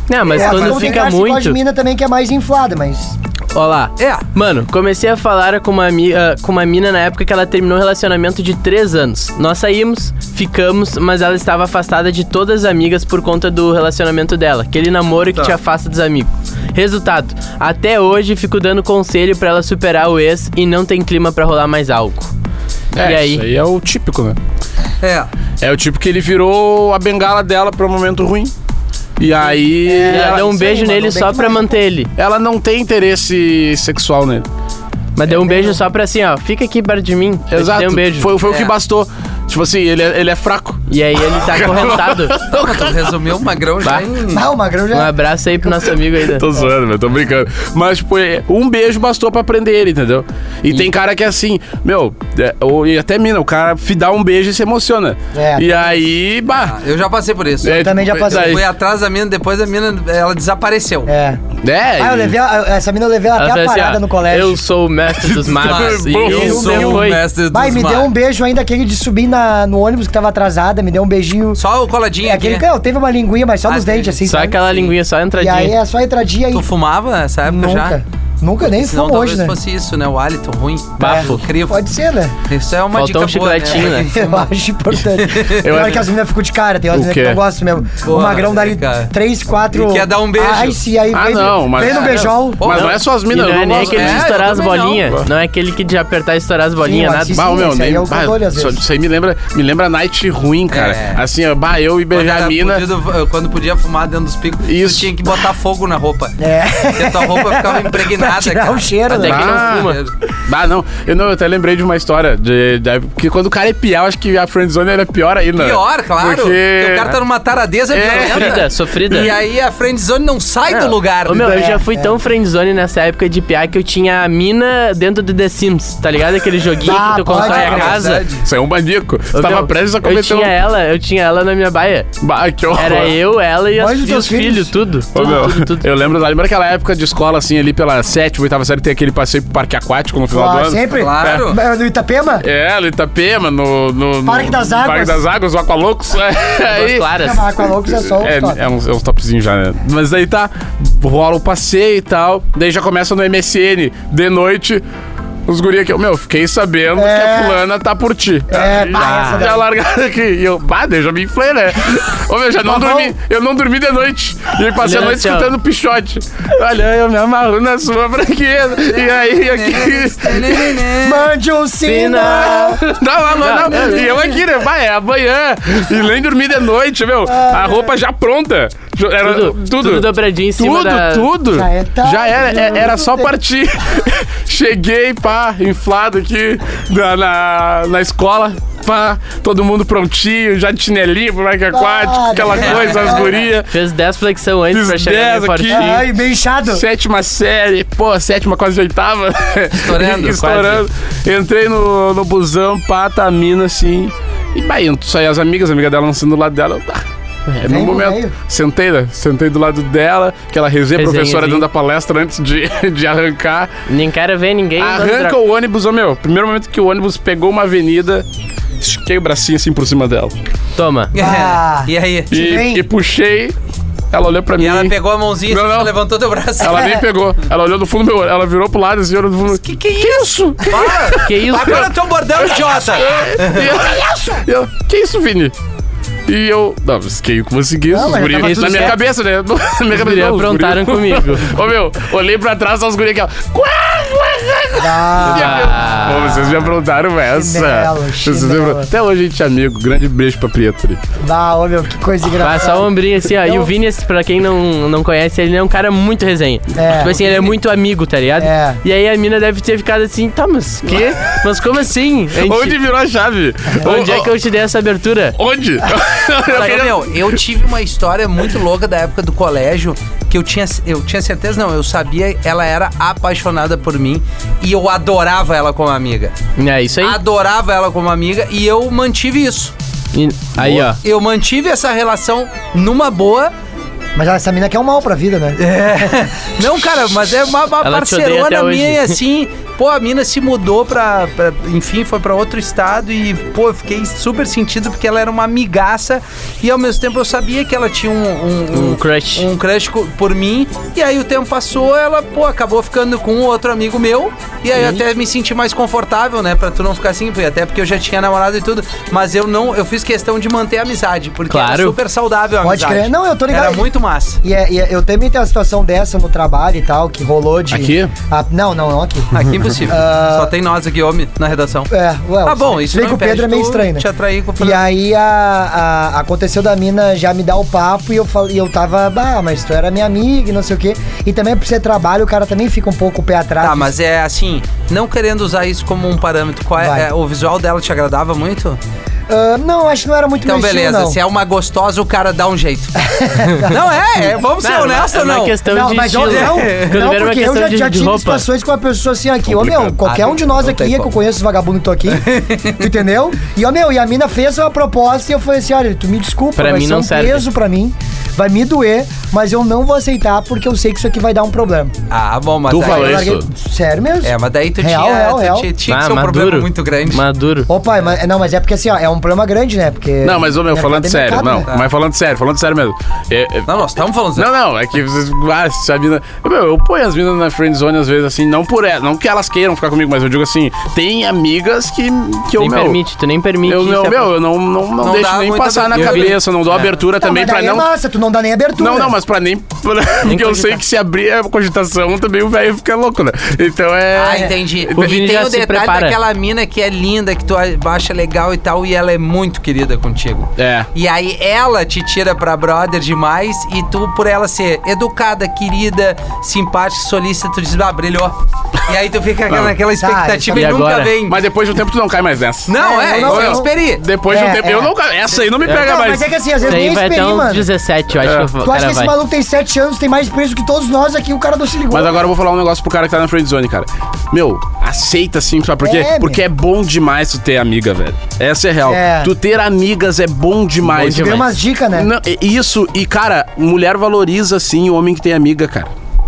Speaker 4: Não, mas
Speaker 3: É,
Speaker 4: quando
Speaker 3: não tem
Speaker 4: fica
Speaker 3: cara que gosta
Speaker 4: muito.
Speaker 3: de mina também que é mais inflada, mas...
Speaker 4: Ó lá.
Speaker 1: É.
Speaker 4: Mano, comecei a falar com uma, ami- ah, com uma mina na época que ela terminou um relacionamento de 3 anos. Nós saímos, ficamos, mas ela estava afastada de todas as amigas por conta do relacionamento dela. Aquele namoro
Speaker 2: Tá.
Speaker 4: que te afasta dos amigos. Resultado, até hoje fico dando conselho pra ela superar o ex e não tem clima pra rolar mais álcool. e aí?
Speaker 2: Isso aí é o típico, né?
Speaker 1: É.
Speaker 2: É o tipo que ele virou a bengala dela pra um momento ruim. E É, aí.
Speaker 4: Ela deu um
Speaker 3: isso aí,
Speaker 4: beijo
Speaker 3: mano,
Speaker 4: nele
Speaker 3: não tem
Speaker 4: só
Speaker 3: que
Speaker 4: pra
Speaker 3: mais.
Speaker 4: manter ele.
Speaker 2: Ela não tem interesse sexual nele.
Speaker 4: Mas deu um beijo só pra assim, ó. Fica aqui perto de mim. eu te
Speaker 2: Exato.
Speaker 4: dei um beijo.
Speaker 2: Foi, foi o
Speaker 1: É.
Speaker 2: que bastou. Tipo assim, ele é, ele é fraco.
Speaker 4: E aí ele tá acorrentado.
Speaker 1: Não, mas tu
Speaker 4: Tá.
Speaker 1: resumiu o magrão já
Speaker 4: Bah.
Speaker 1: em...
Speaker 3: Ah, o Magrão
Speaker 4: Um
Speaker 3: já...
Speaker 4: abraço aí pro nosso amigo aí. da-
Speaker 2: Tô zoando, meu, tô brincando. Mas, tipo, é, um beijo bastou pra prender ele, entendeu? E, tem cara que é assim, meu, é, ou- e até mina, o cara fi- dá um beijo e se emociona.
Speaker 3: É.
Speaker 2: E aí, bah.
Speaker 1: Eu já passei por isso.
Speaker 2: é,
Speaker 3: também já passei.
Speaker 2: daí-
Speaker 1: Fui atrás da mina, depois a mina, ela desapareceu.
Speaker 3: É.
Speaker 2: É.
Speaker 3: Ah, eu
Speaker 2: e-
Speaker 3: levei... a- Essa mina eu levei
Speaker 4: Ela
Speaker 3: até
Speaker 4: falou
Speaker 3: a
Speaker 4: assim,
Speaker 3: parada
Speaker 4: ó,
Speaker 3: no colégio.
Speaker 4: Eu sou o mestre
Speaker 1: Tá
Speaker 4: dos magos. e
Speaker 2: Bom,
Speaker 4: eu
Speaker 2: eu
Speaker 4: sou
Speaker 2: sou
Speaker 4: foi.
Speaker 1: um mestre
Speaker 3: Vai, me um
Speaker 1: mares.
Speaker 3: deu um beijo ainda aquele de subir na, no ônibus que tava atrasada nada, me deu um beijinho.
Speaker 1: Só o coladinho
Speaker 3: É
Speaker 1: aqui,
Speaker 3: aquele
Speaker 1: né?
Speaker 3: que não, teve uma linguinha, mas só
Speaker 1: Ah,
Speaker 3: nos dentes, assim.
Speaker 4: Só
Speaker 3: sabe?
Speaker 4: aquela linguinha, só a
Speaker 3: E
Speaker 4: entradinha.
Speaker 3: aí é só a entradinha e
Speaker 1: Tu fumava nessa época
Speaker 3: nunca.
Speaker 1: já?
Speaker 3: Nunca, nem
Speaker 1: Senão
Speaker 3: fumo hoje,
Speaker 1: talvez
Speaker 3: né?
Speaker 1: fosse isso, né? O hálito ruim. É,
Speaker 4: Bafo.
Speaker 1: Incrível.
Speaker 3: Pode ser,
Speaker 1: [LAUGHS]
Speaker 3: né?
Speaker 1: Isso é uma
Speaker 4: Faltou um
Speaker 1: dica boa, né? [LAUGHS]
Speaker 4: chicletinho, né?
Speaker 3: Eu acho importante. Eu hora
Speaker 2: acho-
Speaker 3: que as meninas ficam de cara, tem horas
Speaker 2: O
Speaker 3: né, que eu
Speaker 2: quê?
Speaker 3: não gosto mesmo.
Speaker 1: Pô,
Speaker 3: o magrão dá ali
Speaker 1: cara.
Speaker 3: 3, 4.
Speaker 1: E quer dar um beijo.
Speaker 3: Ai, sim, aí
Speaker 2: Ah,
Speaker 3: vem,
Speaker 2: não, mas-
Speaker 3: vem no beijão.
Speaker 1: Pô,
Speaker 2: mas
Speaker 1: não.
Speaker 2: não é só as
Speaker 4: E
Speaker 2: minas,
Speaker 4: não
Speaker 2: eu
Speaker 4: é
Speaker 2: não
Speaker 4: nem
Speaker 2: gosto.
Speaker 4: aquele de
Speaker 1: É, eu
Speaker 4: estourar as
Speaker 1: também não.
Speaker 4: bolinhas. Não é aquele que de apertar e estourar as bolinhas,
Speaker 3: Sim,
Speaker 4: nada.
Speaker 3: mas isso-
Speaker 2: Bah, meu,
Speaker 3: esse aí
Speaker 2: nem,
Speaker 3: é o
Speaker 2: bah,
Speaker 3: controle, às
Speaker 2: só,
Speaker 3: vezes.
Speaker 2: isso aí me lembra, me lembra night ruim, cara.
Speaker 1: É.
Speaker 2: Assim, ó, bah, eu e
Speaker 1: Quando
Speaker 4: tá
Speaker 2: beijar
Speaker 1: era
Speaker 2: a mina.
Speaker 1: Podido, quando podia fumar dentro dos picos,
Speaker 2: Isso.
Speaker 1: tu tinha que botar fogo na roupa.
Speaker 3: É.
Speaker 1: Porque a tua roupa ficava impregnada,
Speaker 3: Pra tirar
Speaker 1: cara.
Speaker 3: o cheiro,
Speaker 4: Até
Speaker 3: né?
Speaker 4: que não
Speaker 2: Ah.
Speaker 4: fuma.
Speaker 2: Bah, não. Eu, não, eu até lembrei de uma história. De, de- que quando o cara é pior, acho que a friendzone era pior ainda.
Speaker 1: Pior, claro.
Speaker 2: Porque...
Speaker 1: Porque o cara tá numa taradeza
Speaker 2: É.
Speaker 4: Sofrida,
Speaker 1: violenta.
Speaker 4: sofrida.
Speaker 1: E aí a friendzone não sai do lugar.
Speaker 4: Ô, meu, eu
Speaker 3: É,
Speaker 4: já fui tão friendzone nessa época de PA que eu tinha a mina dentro do The Sims, tá ligado? Aquele joguinho
Speaker 3: Ah,
Speaker 4: que tu
Speaker 3: pode
Speaker 4: constrói a
Speaker 3: crer.
Speaker 4: casa.
Speaker 2: Isso é um bandico. Você
Speaker 4: Ô,
Speaker 2: tava
Speaker 4: meu,
Speaker 2: prestes a
Speaker 4: Eu
Speaker 2: cometer
Speaker 4: tinha
Speaker 2: um.
Speaker 4: ela, eu tinha ela na minha baia.
Speaker 2: Bah, que horror.
Speaker 4: Era eu, ela e, as-
Speaker 3: Mas os
Speaker 4: e
Speaker 3: teus
Speaker 4: os filhos,
Speaker 3: filhos?
Speaker 4: tudo.
Speaker 2: Ô,
Speaker 4: tudo,
Speaker 2: meu,
Speaker 4: tudo, tudo.
Speaker 2: Eu lembro, lembra aquela época de escola, assim, ali pela sétima, oitava série, tem aquele passeio pro parque aquático no final do
Speaker 3: Ó,
Speaker 2: ano?
Speaker 3: Ah, sempre.
Speaker 1: [LAUGHS]
Speaker 2: [LAUGHS]
Speaker 1: Claro.
Speaker 3: Mas No Itapema?
Speaker 2: É, no Itapema, no, no, no-
Speaker 3: Parque das
Speaker 2: no
Speaker 3: Águas.
Speaker 2: Parque das Águas, o Aqualocos.
Speaker 4: Duas
Speaker 2: [LAUGHS] Aí,
Speaker 4: claras.
Speaker 3: Não, Aqualocos é só o
Speaker 2: É,
Speaker 3: top.
Speaker 2: é uns, é uns topzinhos já, né? Mas aí tá, rola o passeio e tal. Daí já começa no MSN, de noite. Os guri aqui, meu, fiquei sabendo
Speaker 3: É.
Speaker 2: que a fulana tá por ti.
Speaker 3: É,
Speaker 2: já,
Speaker 3: pá, essa daí.
Speaker 2: já largaram aqui. E eu, pá, daí eu já me inflei, né? Ô, meu, já não
Speaker 3: Pavão.
Speaker 2: dormi. Eu não dormi de noite. E aí passei a
Speaker 4: Olhando
Speaker 2: noite
Speaker 4: assim, ó.
Speaker 2: escutando pichote. Olha, eu me amarro na sua franqueza. E aí, aqui.
Speaker 3: Mande um sinal.
Speaker 2: Não, não, não, não. E eu aqui, né? Vai, é amanhã. E nem dormir de noite, meu.
Speaker 3: Ah,
Speaker 2: A
Speaker 3: é.
Speaker 2: roupa já pronta. Jo- Era
Speaker 4: Tudo,
Speaker 2: [LAUGHS] tudo.
Speaker 4: tudo dobradinho em cima
Speaker 2: tudo,
Speaker 4: da-
Speaker 2: tudo.
Speaker 3: Já
Speaker 2: Já,
Speaker 3: é tarde,
Speaker 2: era, é- era só
Speaker 3: não tem-
Speaker 2: partir. [LAUGHS] Cheguei, pá, inflado aqui na, na, na escola. Pá, todo mundo prontinho, já de chinelinho pro Mike Aquático,
Speaker 3: Ah,
Speaker 2: aquela
Speaker 3: não.
Speaker 2: coisa, as gurias.
Speaker 4: Fez 10 flexão antes
Speaker 2: Fiz
Speaker 4: pra chegar
Speaker 2: 10
Speaker 4: no
Speaker 2: aqui.
Speaker 4: fortinho.
Speaker 3: Ai, bem inchado.
Speaker 2: Sétima série, pô, sétima, quase oitava.
Speaker 1: Estourando,
Speaker 2: [LAUGHS] Estourando. Entrei no, no busão, pata, a mina, assim. E bah, eu saí as amigas, a amiga dela lançando do lado dela. eu, ah, É
Speaker 3: Vem
Speaker 2: no
Speaker 3: no
Speaker 2: momento.
Speaker 3: meio.
Speaker 2: Sentei, né? Sentei do lado dela, aquela resenha,
Speaker 4: Resenha,
Speaker 2: professora
Speaker 4: assim.
Speaker 2: dando a palestra antes de, [LAUGHS] de arrancar.
Speaker 4: Nem cara vê ninguém. não
Speaker 2: Arranca
Speaker 4: troca.
Speaker 2: o ônibus, ô meu. Primeiro momento que o ônibus pegou uma avenida, estiquei o bracinho assim por cima dela.
Speaker 4: Toma.
Speaker 3: Ah.
Speaker 1: E aí?
Speaker 3: bem.
Speaker 2: E, e puxei, ela olhou pra
Speaker 1: E
Speaker 2: mim.
Speaker 1: ela pegou a mãozinha
Speaker 2: Não,
Speaker 1: e
Speaker 2: não.
Speaker 1: levantou teu braço.
Speaker 2: Ela
Speaker 1: [LAUGHS]
Speaker 2: nem pegou. Ela olhou no fundo do meu olho. Ela virou pro lado e olhou no fundo. Que que é isso?
Speaker 1: Para!
Speaker 4: Que isso?
Speaker 1: Agora teu bordão idiota!
Speaker 2: E [LAUGHS] eu, que isso? E eu, que isso, Vini? E eu, não, mas que eu consegui isso,
Speaker 3: Não,
Speaker 2: os
Speaker 3: mas já
Speaker 2: guri.
Speaker 3: tava
Speaker 2: Isso
Speaker 4: tudo
Speaker 2: na minha
Speaker 4: certo.
Speaker 2: cabeça, né? [LAUGHS] Na minha
Speaker 4: Guri,
Speaker 2: cabeça, não, os
Speaker 4: aprontaram
Speaker 2: guri- [LAUGHS]
Speaker 4: comigo.
Speaker 2: Ô meu, olhei pra trás, só os guri aqui, ó.
Speaker 3: Tá,
Speaker 4: Ah.
Speaker 2: Ô, vocês me aprontaram essa.
Speaker 3: Chinelo,
Speaker 2: Vocês me
Speaker 3: chinelo.
Speaker 2: aprontaram. Até hoje a gente é amigo. Grande beijo pra Prieto ali.
Speaker 3: Ah, ô meu, que coisa
Speaker 4: Vai
Speaker 3: engraçada.
Speaker 4: só o ombrinho assim, ó. E o Vini, pra quem não, não conhece, ele é um cara muito resenha.
Speaker 3: É.
Speaker 4: Tipo assim, ele é muito amigo, tá ligado?
Speaker 3: É.
Speaker 4: E aí a mina deve ter ficado assim, tá, mas
Speaker 2: [LAUGHS]
Speaker 4: quê? Mas como assim? A gente-
Speaker 2: Onde virou a chave?
Speaker 4: onde é que eu te dei essa abertura? [LAUGHS]
Speaker 2: Onde? Eu
Speaker 1: Sabe,
Speaker 2: queria-
Speaker 1: meu, eu tive uma história muito louca da época do colégio que eu tinha, eu tinha certeza, não, eu sabia, ela era apaixonada por mim e eu adorava ela como amiga.
Speaker 4: É isso aí.
Speaker 1: Adorava ela como amiga e eu mantive isso.
Speaker 4: E- Aí, ó.
Speaker 1: Eu mantive essa relação numa boa.
Speaker 3: Mas essa mina quer um mal pra vida, né?
Speaker 1: É. Não, cara, mas é uma, uma
Speaker 4: Ela te odeia até
Speaker 1: parcerona
Speaker 4: hoje.
Speaker 1: minha, assim. Pô, a mina se mudou pra, pra- Enfim, foi pra outro estado e, pô, eu fiquei super sentido porque ela era uma amigaça e ao mesmo tempo eu sabia que ela tinha um. um-
Speaker 4: Um
Speaker 1: um-
Speaker 4: crush.
Speaker 1: um crush co- por mim. E aí o tempo passou, ela, pô, acabou ficando com um outro amigo meu. E aí eu até me senti mais confortável, né? Pra tu não ficar assim, porque- até porque eu já tinha namorado e tudo. Mas eu não, eu fiz questão de manter a amizade, porque
Speaker 4: Claro.
Speaker 1: era super saudável a
Speaker 3: Pode
Speaker 1: amizade.
Speaker 3: crer. Não, eu tô ligado.
Speaker 1: Era muito massa.
Speaker 3: E, é- e é- eu também tenho uma situação dessa no trabalho e tal, que rolou de.
Speaker 2: Aqui?
Speaker 3: Ah, não, não, não aqui.
Speaker 1: Aqui é
Speaker 3: [LAUGHS]
Speaker 1: impossível. Só tem nós aqui, homem, na redação.
Speaker 3: Ah, É, ué,
Speaker 1: Tá bom, isso
Speaker 3: vem
Speaker 1: não
Speaker 3: com o Pedro
Speaker 1: impede
Speaker 3: é meio
Speaker 1: tu
Speaker 3: estranho, né?
Speaker 1: Te atrair com o
Speaker 3: E
Speaker 1: Pedro.
Speaker 3: aí a, a- aconteceu da mina já me dar o papo e eu, fal, e eu tava, bah, mas tu era minha amiga e não sei o quê. E também por ser trabalho, o cara também fica um pouco o pé atrás.
Speaker 1: Tá, mas é assim, não querendo usar isso como um parâmetro, qual
Speaker 3: Vai.
Speaker 1: é, é- o visual dela te agradava muito?
Speaker 3: Ah, não, acho que não era muito
Speaker 1: Então
Speaker 3: meu estilo,
Speaker 1: beleza,
Speaker 3: não.
Speaker 1: se é uma gostosa, o cara dá um
Speaker 3: [LAUGHS]
Speaker 1: jeito. não é, é, vamos ser
Speaker 4: Não,
Speaker 1: honestos
Speaker 4: é
Speaker 1: ou
Speaker 4: uma
Speaker 1: não?
Speaker 4: questão
Speaker 3: não,
Speaker 4: de
Speaker 3: mas eu
Speaker 4: estilo. né?
Speaker 3: não,
Speaker 4: [LAUGHS] Quando
Speaker 3: não
Speaker 4: vieram uma
Speaker 3: porque eu
Speaker 4: questão
Speaker 3: já,
Speaker 4: de,
Speaker 3: já
Speaker 4: de
Speaker 3: tive
Speaker 4: roupa.
Speaker 3: situações com uma pessoa assim aqui, ô meu,
Speaker 2: Complicado.
Speaker 3: qualquer um de nós
Speaker 1: Não tem
Speaker 3: aqui que eu
Speaker 1: como.
Speaker 3: conheço esse vagabundo que tô
Speaker 2: [LAUGHS]
Speaker 3: aqui, entendeu? E ô meu, e a mina fez uma proposta e eu falei assim, olha, tu me desculpa,
Speaker 4: Pra
Speaker 3: vai
Speaker 4: mim
Speaker 3: ser
Speaker 4: não
Speaker 3: um
Speaker 4: serve.
Speaker 3: peso pra mim. vai me doer, mas eu não vou aceitar porque eu sei que isso aqui vai dar um problema.
Speaker 1: Ah, bom, mas
Speaker 2: Tu
Speaker 1: aí-
Speaker 2: falou isso?
Speaker 3: Sério mesmo?
Speaker 1: É, mas daí tu
Speaker 3: Real,
Speaker 1: tinha,
Speaker 3: real,
Speaker 1: tu
Speaker 3: real.
Speaker 1: tinha, tinha que
Speaker 4: Ah,
Speaker 1: ser um
Speaker 4: maduro.
Speaker 1: problema muito grande.
Speaker 4: Maduro.
Speaker 3: Ô pai, mas, não, mas é porque assim, ó, é um problema grande, né? Porque.
Speaker 2: Não, mas, ô, meu,
Speaker 3: mercado
Speaker 2: falando
Speaker 3: é
Speaker 2: sério.
Speaker 3: mercado,
Speaker 2: Não,
Speaker 3: né?
Speaker 2: mas falando sério, falando sério mesmo. É, é-
Speaker 1: Não, nós estamos falando sério.
Speaker 2: Não, não, é que vocês. Ah, se a mina. Meu, eu ponho as minas na friend zone às vezes assim, não por ela, não que elas queiram ficar comigo, mas eu digo assim, tem amigas que, que eu
Speaker 4: nem
Speaker 2: meu,
Speaker 4: permite, tu nem permite.
Speaker 2: Eu, meu,
Speaker 4: isso é-
Speaker 2: meu, eu não, não, não,
Speaker 1: Não
Speaker 2: deixo
Speaker 1: dá
Speaker 2: nem
Speaker 1: muita
Speaker 2: passar na
Speaker 1: abertura.
Speaker 2: cabeça, não dou abertura
Speaker 3: Não,
Speaker 2: também
Speaker 3: mas
Speaker 2: pra
Speaker 3: daí é
Speaker 2: não.
Speaker 3: massa, tu não dá nem abertura.
Speaker 2: Não, não, mas pra nem. [LAUGHS] Porque eu sei
Speaker 4: cogitar.
Speaker 2: que se abrir a cogitação também o velho fica louco, né? Então é.
Speaker 1: Ah, entendi.
Speaker 4: O
Speaker 1: e
Speaker 4: Vini
Speaker 1: tem
Speaker 4: já
Speaker 1: o
Speaker 4: se
Speaker 1: detalhe
Speaker 4: prepara.
Speaker 1: daquela mina que é linda, que tu acha legal e tal, e ela é muito querida contigo.
Speaker 2: É.
Speaker 1: E aí ela te tira pra brother demais e tu, por ela ser educada, querida, simpática, solícita, tu diz, ah, brilhou. E aí tu fica
Speaker 2: Não.
Speaker 1: naquela expectativa
Speaker 3: Ah,
Speaker 1: e,
Speaker 4: isso- e
Speaker 1: nunca
Speaker 4: agora?
Speaker 1: vem.
Speaker 2: Mas depois de um tempo tu não cai mais nessa.
Speaker 1: Não,
Speaker 3: É,
Speaker 1: é,
Speaker 3: eu não-
Speaker 1: isso
Speaker 3: eu-
Speaker 1: é experi.
Speaker 2: Depois de
Speaker 3: É,
Speaker 2: um tempo.
Speaker 3: é.
Speaker 2: Eu não caio. Essa aí não me pega
Speaker 3: Não,
Speaker 2: mais.
Speaker 3: mas é que assim, às
Speaker 4: Isso
Speaker 3: vezes
Speaker 4: aí
Speaker 3: nem
Speaker 4: vai um até
Speaker 3: experimenta.
Speaker 4: uns 17, eu acho
Speaker 2: É.
Speaker 4: que o
Speaker 3: Tu acha
Speaker 4: cara
Speaker 3: que esse
Speaker 4: vai.
Speaker 3: maluco tem 7 anos, tem mais preso que todos nós aqui, o cara não se ligou.
Speaker 2: Mas agora eu vou falar um negócio pro cara que tá na friendzone, cara. Meu, aceita sim, sabe por quê?
Speaker 3: É,
Speaker 2: Porque é bom demais tu ter amiga, velho. Essa é real.
Speaker 3: É.
Speaker 2: Tu ter amigas é bom demais.
Speaker 4: Bom
Speaker 3: Deu
Speaker 4: demais.
Speaker 3: umas dicas, né?
Speaker 2: Não, e- isso, e cara, mulher valoriza sim o homem que tem amiga, cara.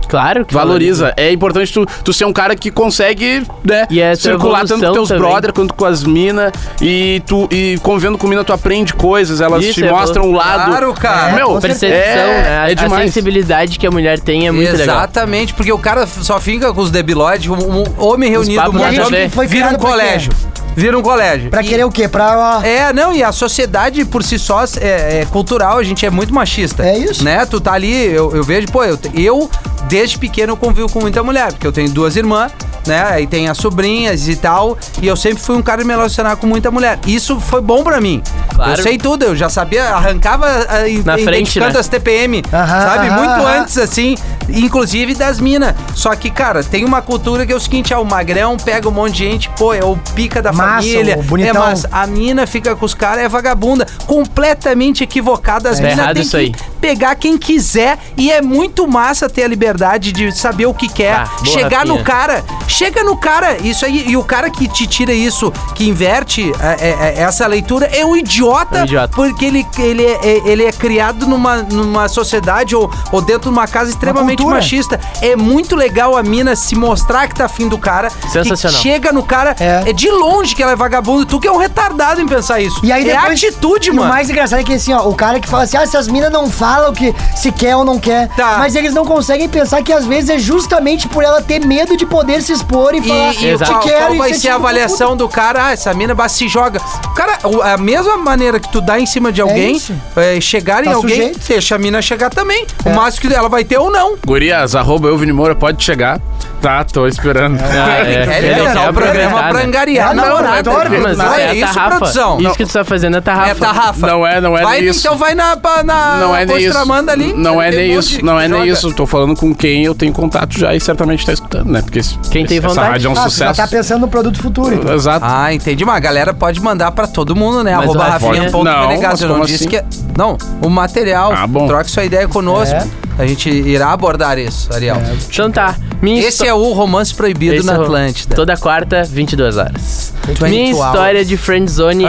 Speaker 4: Claro que
Speaker 2: Valoriza. É importante tu, tu ser um cara que consegue, né,
Speaker 4: E é a tua
Speaker 2: circular tanto com
Speaker 4: evolução
Speaker 2: teus
Speaker 4: também.
Speaker 2: brother quanto com as minas. E tu e convivendo com mina, tu aprende coisas, elas
Speaker 4: Isso,
Speaker 2: te
Speaker 4: é
Speaker 2: mostram o lado.
Speaker 1: Claro, cara.
Speaker 2: Meu,
Speaker 3: Com certeza.
Speaker 4: Percepção,
Speaker 2: é,
Speaker 4: né? a,
Speaker 2: é
Speaker 4: a
Speaker 2: demais.
Speaker 4: sensibilidade que a mulher tem é muito legal.
Speaker 1: Exatamente, porque o cara só fica com os debiloides, um, um homem reunido, um
Speaker 4: papos
Speaker 1: monte
Speaker 4: de
Speaker 1: de homem,
Speaker 4: café.
Speaker 3: Foi
Speaker 1: vira um
Speaker 3: criado pra quê?
Speaker 1: colégio. Vira um colégio.
Speaker 3: Pra
Speaker 1: E-
Speaker 3: querer o quê? Pra.
Speaker 1: É, não, e a sociedade por si só é, é cultural, a gente é muito machista.
Speaker 3: É isso.
Speaker 1: Né? Tu tá ali, eu, eu vejo, pô, eu, eu desde pequeno eu convivo com muita mulher, porque eu tenho duas irmãs, né? Aí tem as sobrinhas e tal, e eu sempre fui um cara de me relacionar com muita mulher. Isso foi bom pra mim.
Speaker 4: Claro.
Speaker 1: Eu sei tudo, eu já sabia, arrancava ah, i-
Speaker 4: Na frente,
Speaker 1: identificando
Speaker 4: né?
Speaker 1: as TPM,
Speaker 3: Aham,
Speaker 1: sabe?
Speaker 3: aham,
Speaker 1: muito
Speaker 3: aham.
Speaker 1: antes, assim, inclusive das minas. Só que, cara, tem uma cultura que é o seguinte, ah, o magrão pega um monte de gente, pô, é o pica da
Speaker 3: Massa,
Speaker 1: família,
Speaker 3: o bonitão.
Speaker 1: é massa. A mina fica com os caras, é vagabunda. Completamente equivocada. As
Speaker 4: Tá
Speaker 1: minas
Speaker 4: errado
Speaker 1: têm
Speaker 4: isso
Speaker 1: que
Speaker 4: aí.
Speaker 1: pegar quem quiser. E é muito massa ter a liberdade de saber o que quer.
Speaker 4: Ah, boa,
Speaker 1: chegar no
Speaker 4: Rafinha.
Speaker 1: cara. Chega no cara. Isso aí. E o cara que te tira isso, que inverte é, é, é, essa leitura, é um idiota.
Speaker 4: É um idiota.
Speaker 1: Porque ele, ele, é, ele é criado numa, numa sociedade ou, ou dentro de uma casa extremamente
Speaker 3: cultura.
Speaker 1: machista. É muito legal a mina se mostrar que tá afim do cara. que
Speaker 4: Sensacional.
Speaker 1: chega no cara.
Speaker 3: É.
Speaker 1: é de longe que ela é vagabundo. Tu que é um retardado em pensar isso.
Speaker 3: E aí
Speaker 1: é
Speaker 3: depois,
Speaker 1: atitude,
Speaker 3: e O
Speaker 1: mano.
Speaker 3: mais engraçado é que assim, ó, o cara que fala assim, ah, essas minas não falam que se quer ou não quer.
Speaker 1: Tá.
Speaker 3: Mas eles não conseguem pensar que às vezes é justamente por ela ter medo de poder se expor e
Speaker 1: E,
Speaker 3: falar.
Speaker 1: e
Speaker 3: "Eu
Speaker 4: Exato.
Speaker 3: te
Speaker 1: qual,
Speaker 3: quero",
Speaker 1: qual
Speaker 3: e
Speaker 1: vai
Speaker 3: ser
Speaker 1: ser a
Speaker 3: tipo,
Speaker 1: avaliação do cara? Ah, essa mina bah, se joga. Cara, o- a mesma maneira que tu dá em cima de alguém,
Speaker 3: isso.
Speaker 1: é, chegar em
Speaker 3: Tá
Speaker 1: alguém,
Speaker 3: sujeito. É.
Speaker 1: deixa a mina chegar também. O máximo que ela vai ter ou não.
Speaker 2: Gurias, arroba eu, Vini Moura, pode chegar. Tá, tô esperando.
Speaker 4: Ah, é,
Speaker 1: Quer
Speaker 4: é,
Speaker 1: usar
Speaker 4: é
Speaker 1: o programa
Speaker 4: aproveitar,
Speaker 1: um pra
Speaker 4: né?
Speaker 1: angariar
Speaker 3: Ah, não,
Speaker 1: namorada.
Speaker 3: eu adoro,
Speaker 1: Não,
Speaker 4: Mas isso
Speaker 1: é
Speaker 4: é, a
Speaker 1: isso,
Speaker 4: tarrafa.
Speaker 1: produção.
Speaker 4: Isso que tu tá fazendo é tarrafa.
Speaker 1: É tarrafa.
Speaker 2: Não é, não é
Speaker 1: vai,
Speaker 2: nem isso.
Speaker 1: Então vai na, pra- na
Speaker 2: Não é nem isso.
Speaker 1: Contramanda ali.
Speaker 2: Não é
Speaker 1: Tem um
Speaker 2: nem
Speaker 1: monte
Speaker 2: isso.
Speaker 1: que
Speaker 2: Não é nem
Speaker 1: joga.
Speaker 2: isso. Tô falando com quem eu tenho contato já e certamente tá escutando, né? Porque esse-
Speaker 4: Quem tem
Speaker 2: essa
Speaker 4: vontade.
Speaker 2: rádio é um
Speaker 3: Ah, tu já
Speaker 2: sucesso.
Speaker 3: tá pensando no produto futuro. então.
Speaker 2: Exato.
Speaker 1: Ah, entendi. Mas a galera pode mandar pra todo mundo, né?
Speaker 4: Mas
Speaker 1: Arroba
Speaker 4: o Rafinha-
Speaker 2: Não,
Speaker 1: rafinha.menegato.
Speaker 2: mas
Speaker 1: Eu não
Speaker 2: como
Speaker 1: disse
Speaker 2: assim?
Speaker 1: que... é- Não, o material.
Speaker 2: Ah, bom.
Speaker 1: Troque sua ideia conosco.
Speaker 3: É.
Speaker 1: A gente irá abordar isso, Ariel.
Speaker 4: Então tá. Minha
Speaker 1: Esse é o Romance Proibido
Speaker 4: Esse
Speaker 1: na
Speaker 4: é o-
Speaker 1: Atlântida.
Speaker 4: Toda quarta, 22 horas.
Speaker 1: 22
Speaker 4: Minha história de friendzone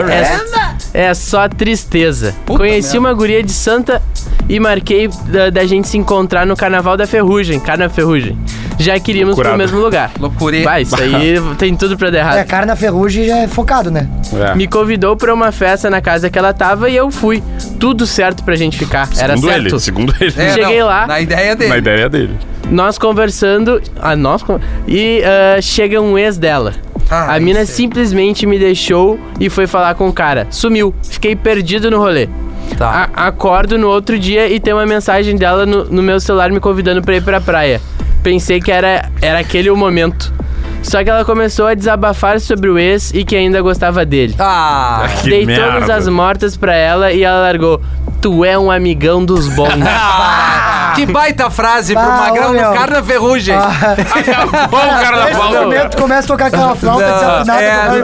Speaker 4: é, é só tristeza.
Speaker 1: Puta
Speaker 4: Conheci
Speaker 1: merda.
Speaker 4: uma guria de Santa e marquei da, da gente se encontrar no Carnaval da Ferrugem. Carna Ferrugem. Já queríamos pro
Speaker 2: Loucurada.
Speaker 4: mesmo lugar.
Speaker 1: Loucurê.
Speaker 4: Vai, isso
Speaker 1: [LAUGHS]
Speaker 4: aí tem tudo pra dar errado.
Speaker 3: É, cara na ferrugem já é focado, né?
Speaker 2: É.
Speaker 4: Me convidou pra uma festa na casa que ela tava e eu fui. Tudo certo pra gente ficar. Era
Speaker 2: segundo
Speaker 4: certo.
Speaker 2: ele, segundo ele.
Speaker 1: É,
Speaker 4: Cheguei
Speaker 1: não,
Speaker 4: lá.
Speaker 1: Na ideia dele.
Speaker 2: Na ideia dele.
Speaker 4: Nós conversando. Ah, nós con- E ah, chega um ex dela.
Speaker 1: Ah,
Speaker 4: a mina
Speaker 1: isso aí.
Speaker 4: simplesmente me deixou e foi falar com o cara. Sumiu. Fiquei perdido no rolê.
Speaker 1: Tá.
Speaker 4: A- acordo no outro dia e tem uma mensagem dela no, no meu celular me convidando pra ir pra praia. Pensei que era, era aquele o momento. Só que ela começou a desabafar sobre o ex e que ainda gostava dele.
Speaker 1: Ah,
Speaker 2: Que
Speaker 4: Dei
Speaker 2: merda.
Speaker 4: todas as mortas pra ela e ela largou. Tu é um amigão dos bons.
Speaker 1: [LAUGHS] ah, que baita frase pro
Speaker 3: Ah,
Speaker 1: Magrão
Speaker 3: ô,
Speaker 1: no
Speaker 3: meu.
Speaker 1: carna ferrugem.
Speaker 4: Ah,
Speaker 2: Acabou o
Speaker 3: Nesse
Speaker 2: carnaval.
Speaker 3: momento começa a tocar aquela flauta
Speaker 1: Tá Não,
Speaker 3: desafinada.
Speaker 1: é,
Speaker 3: que vai-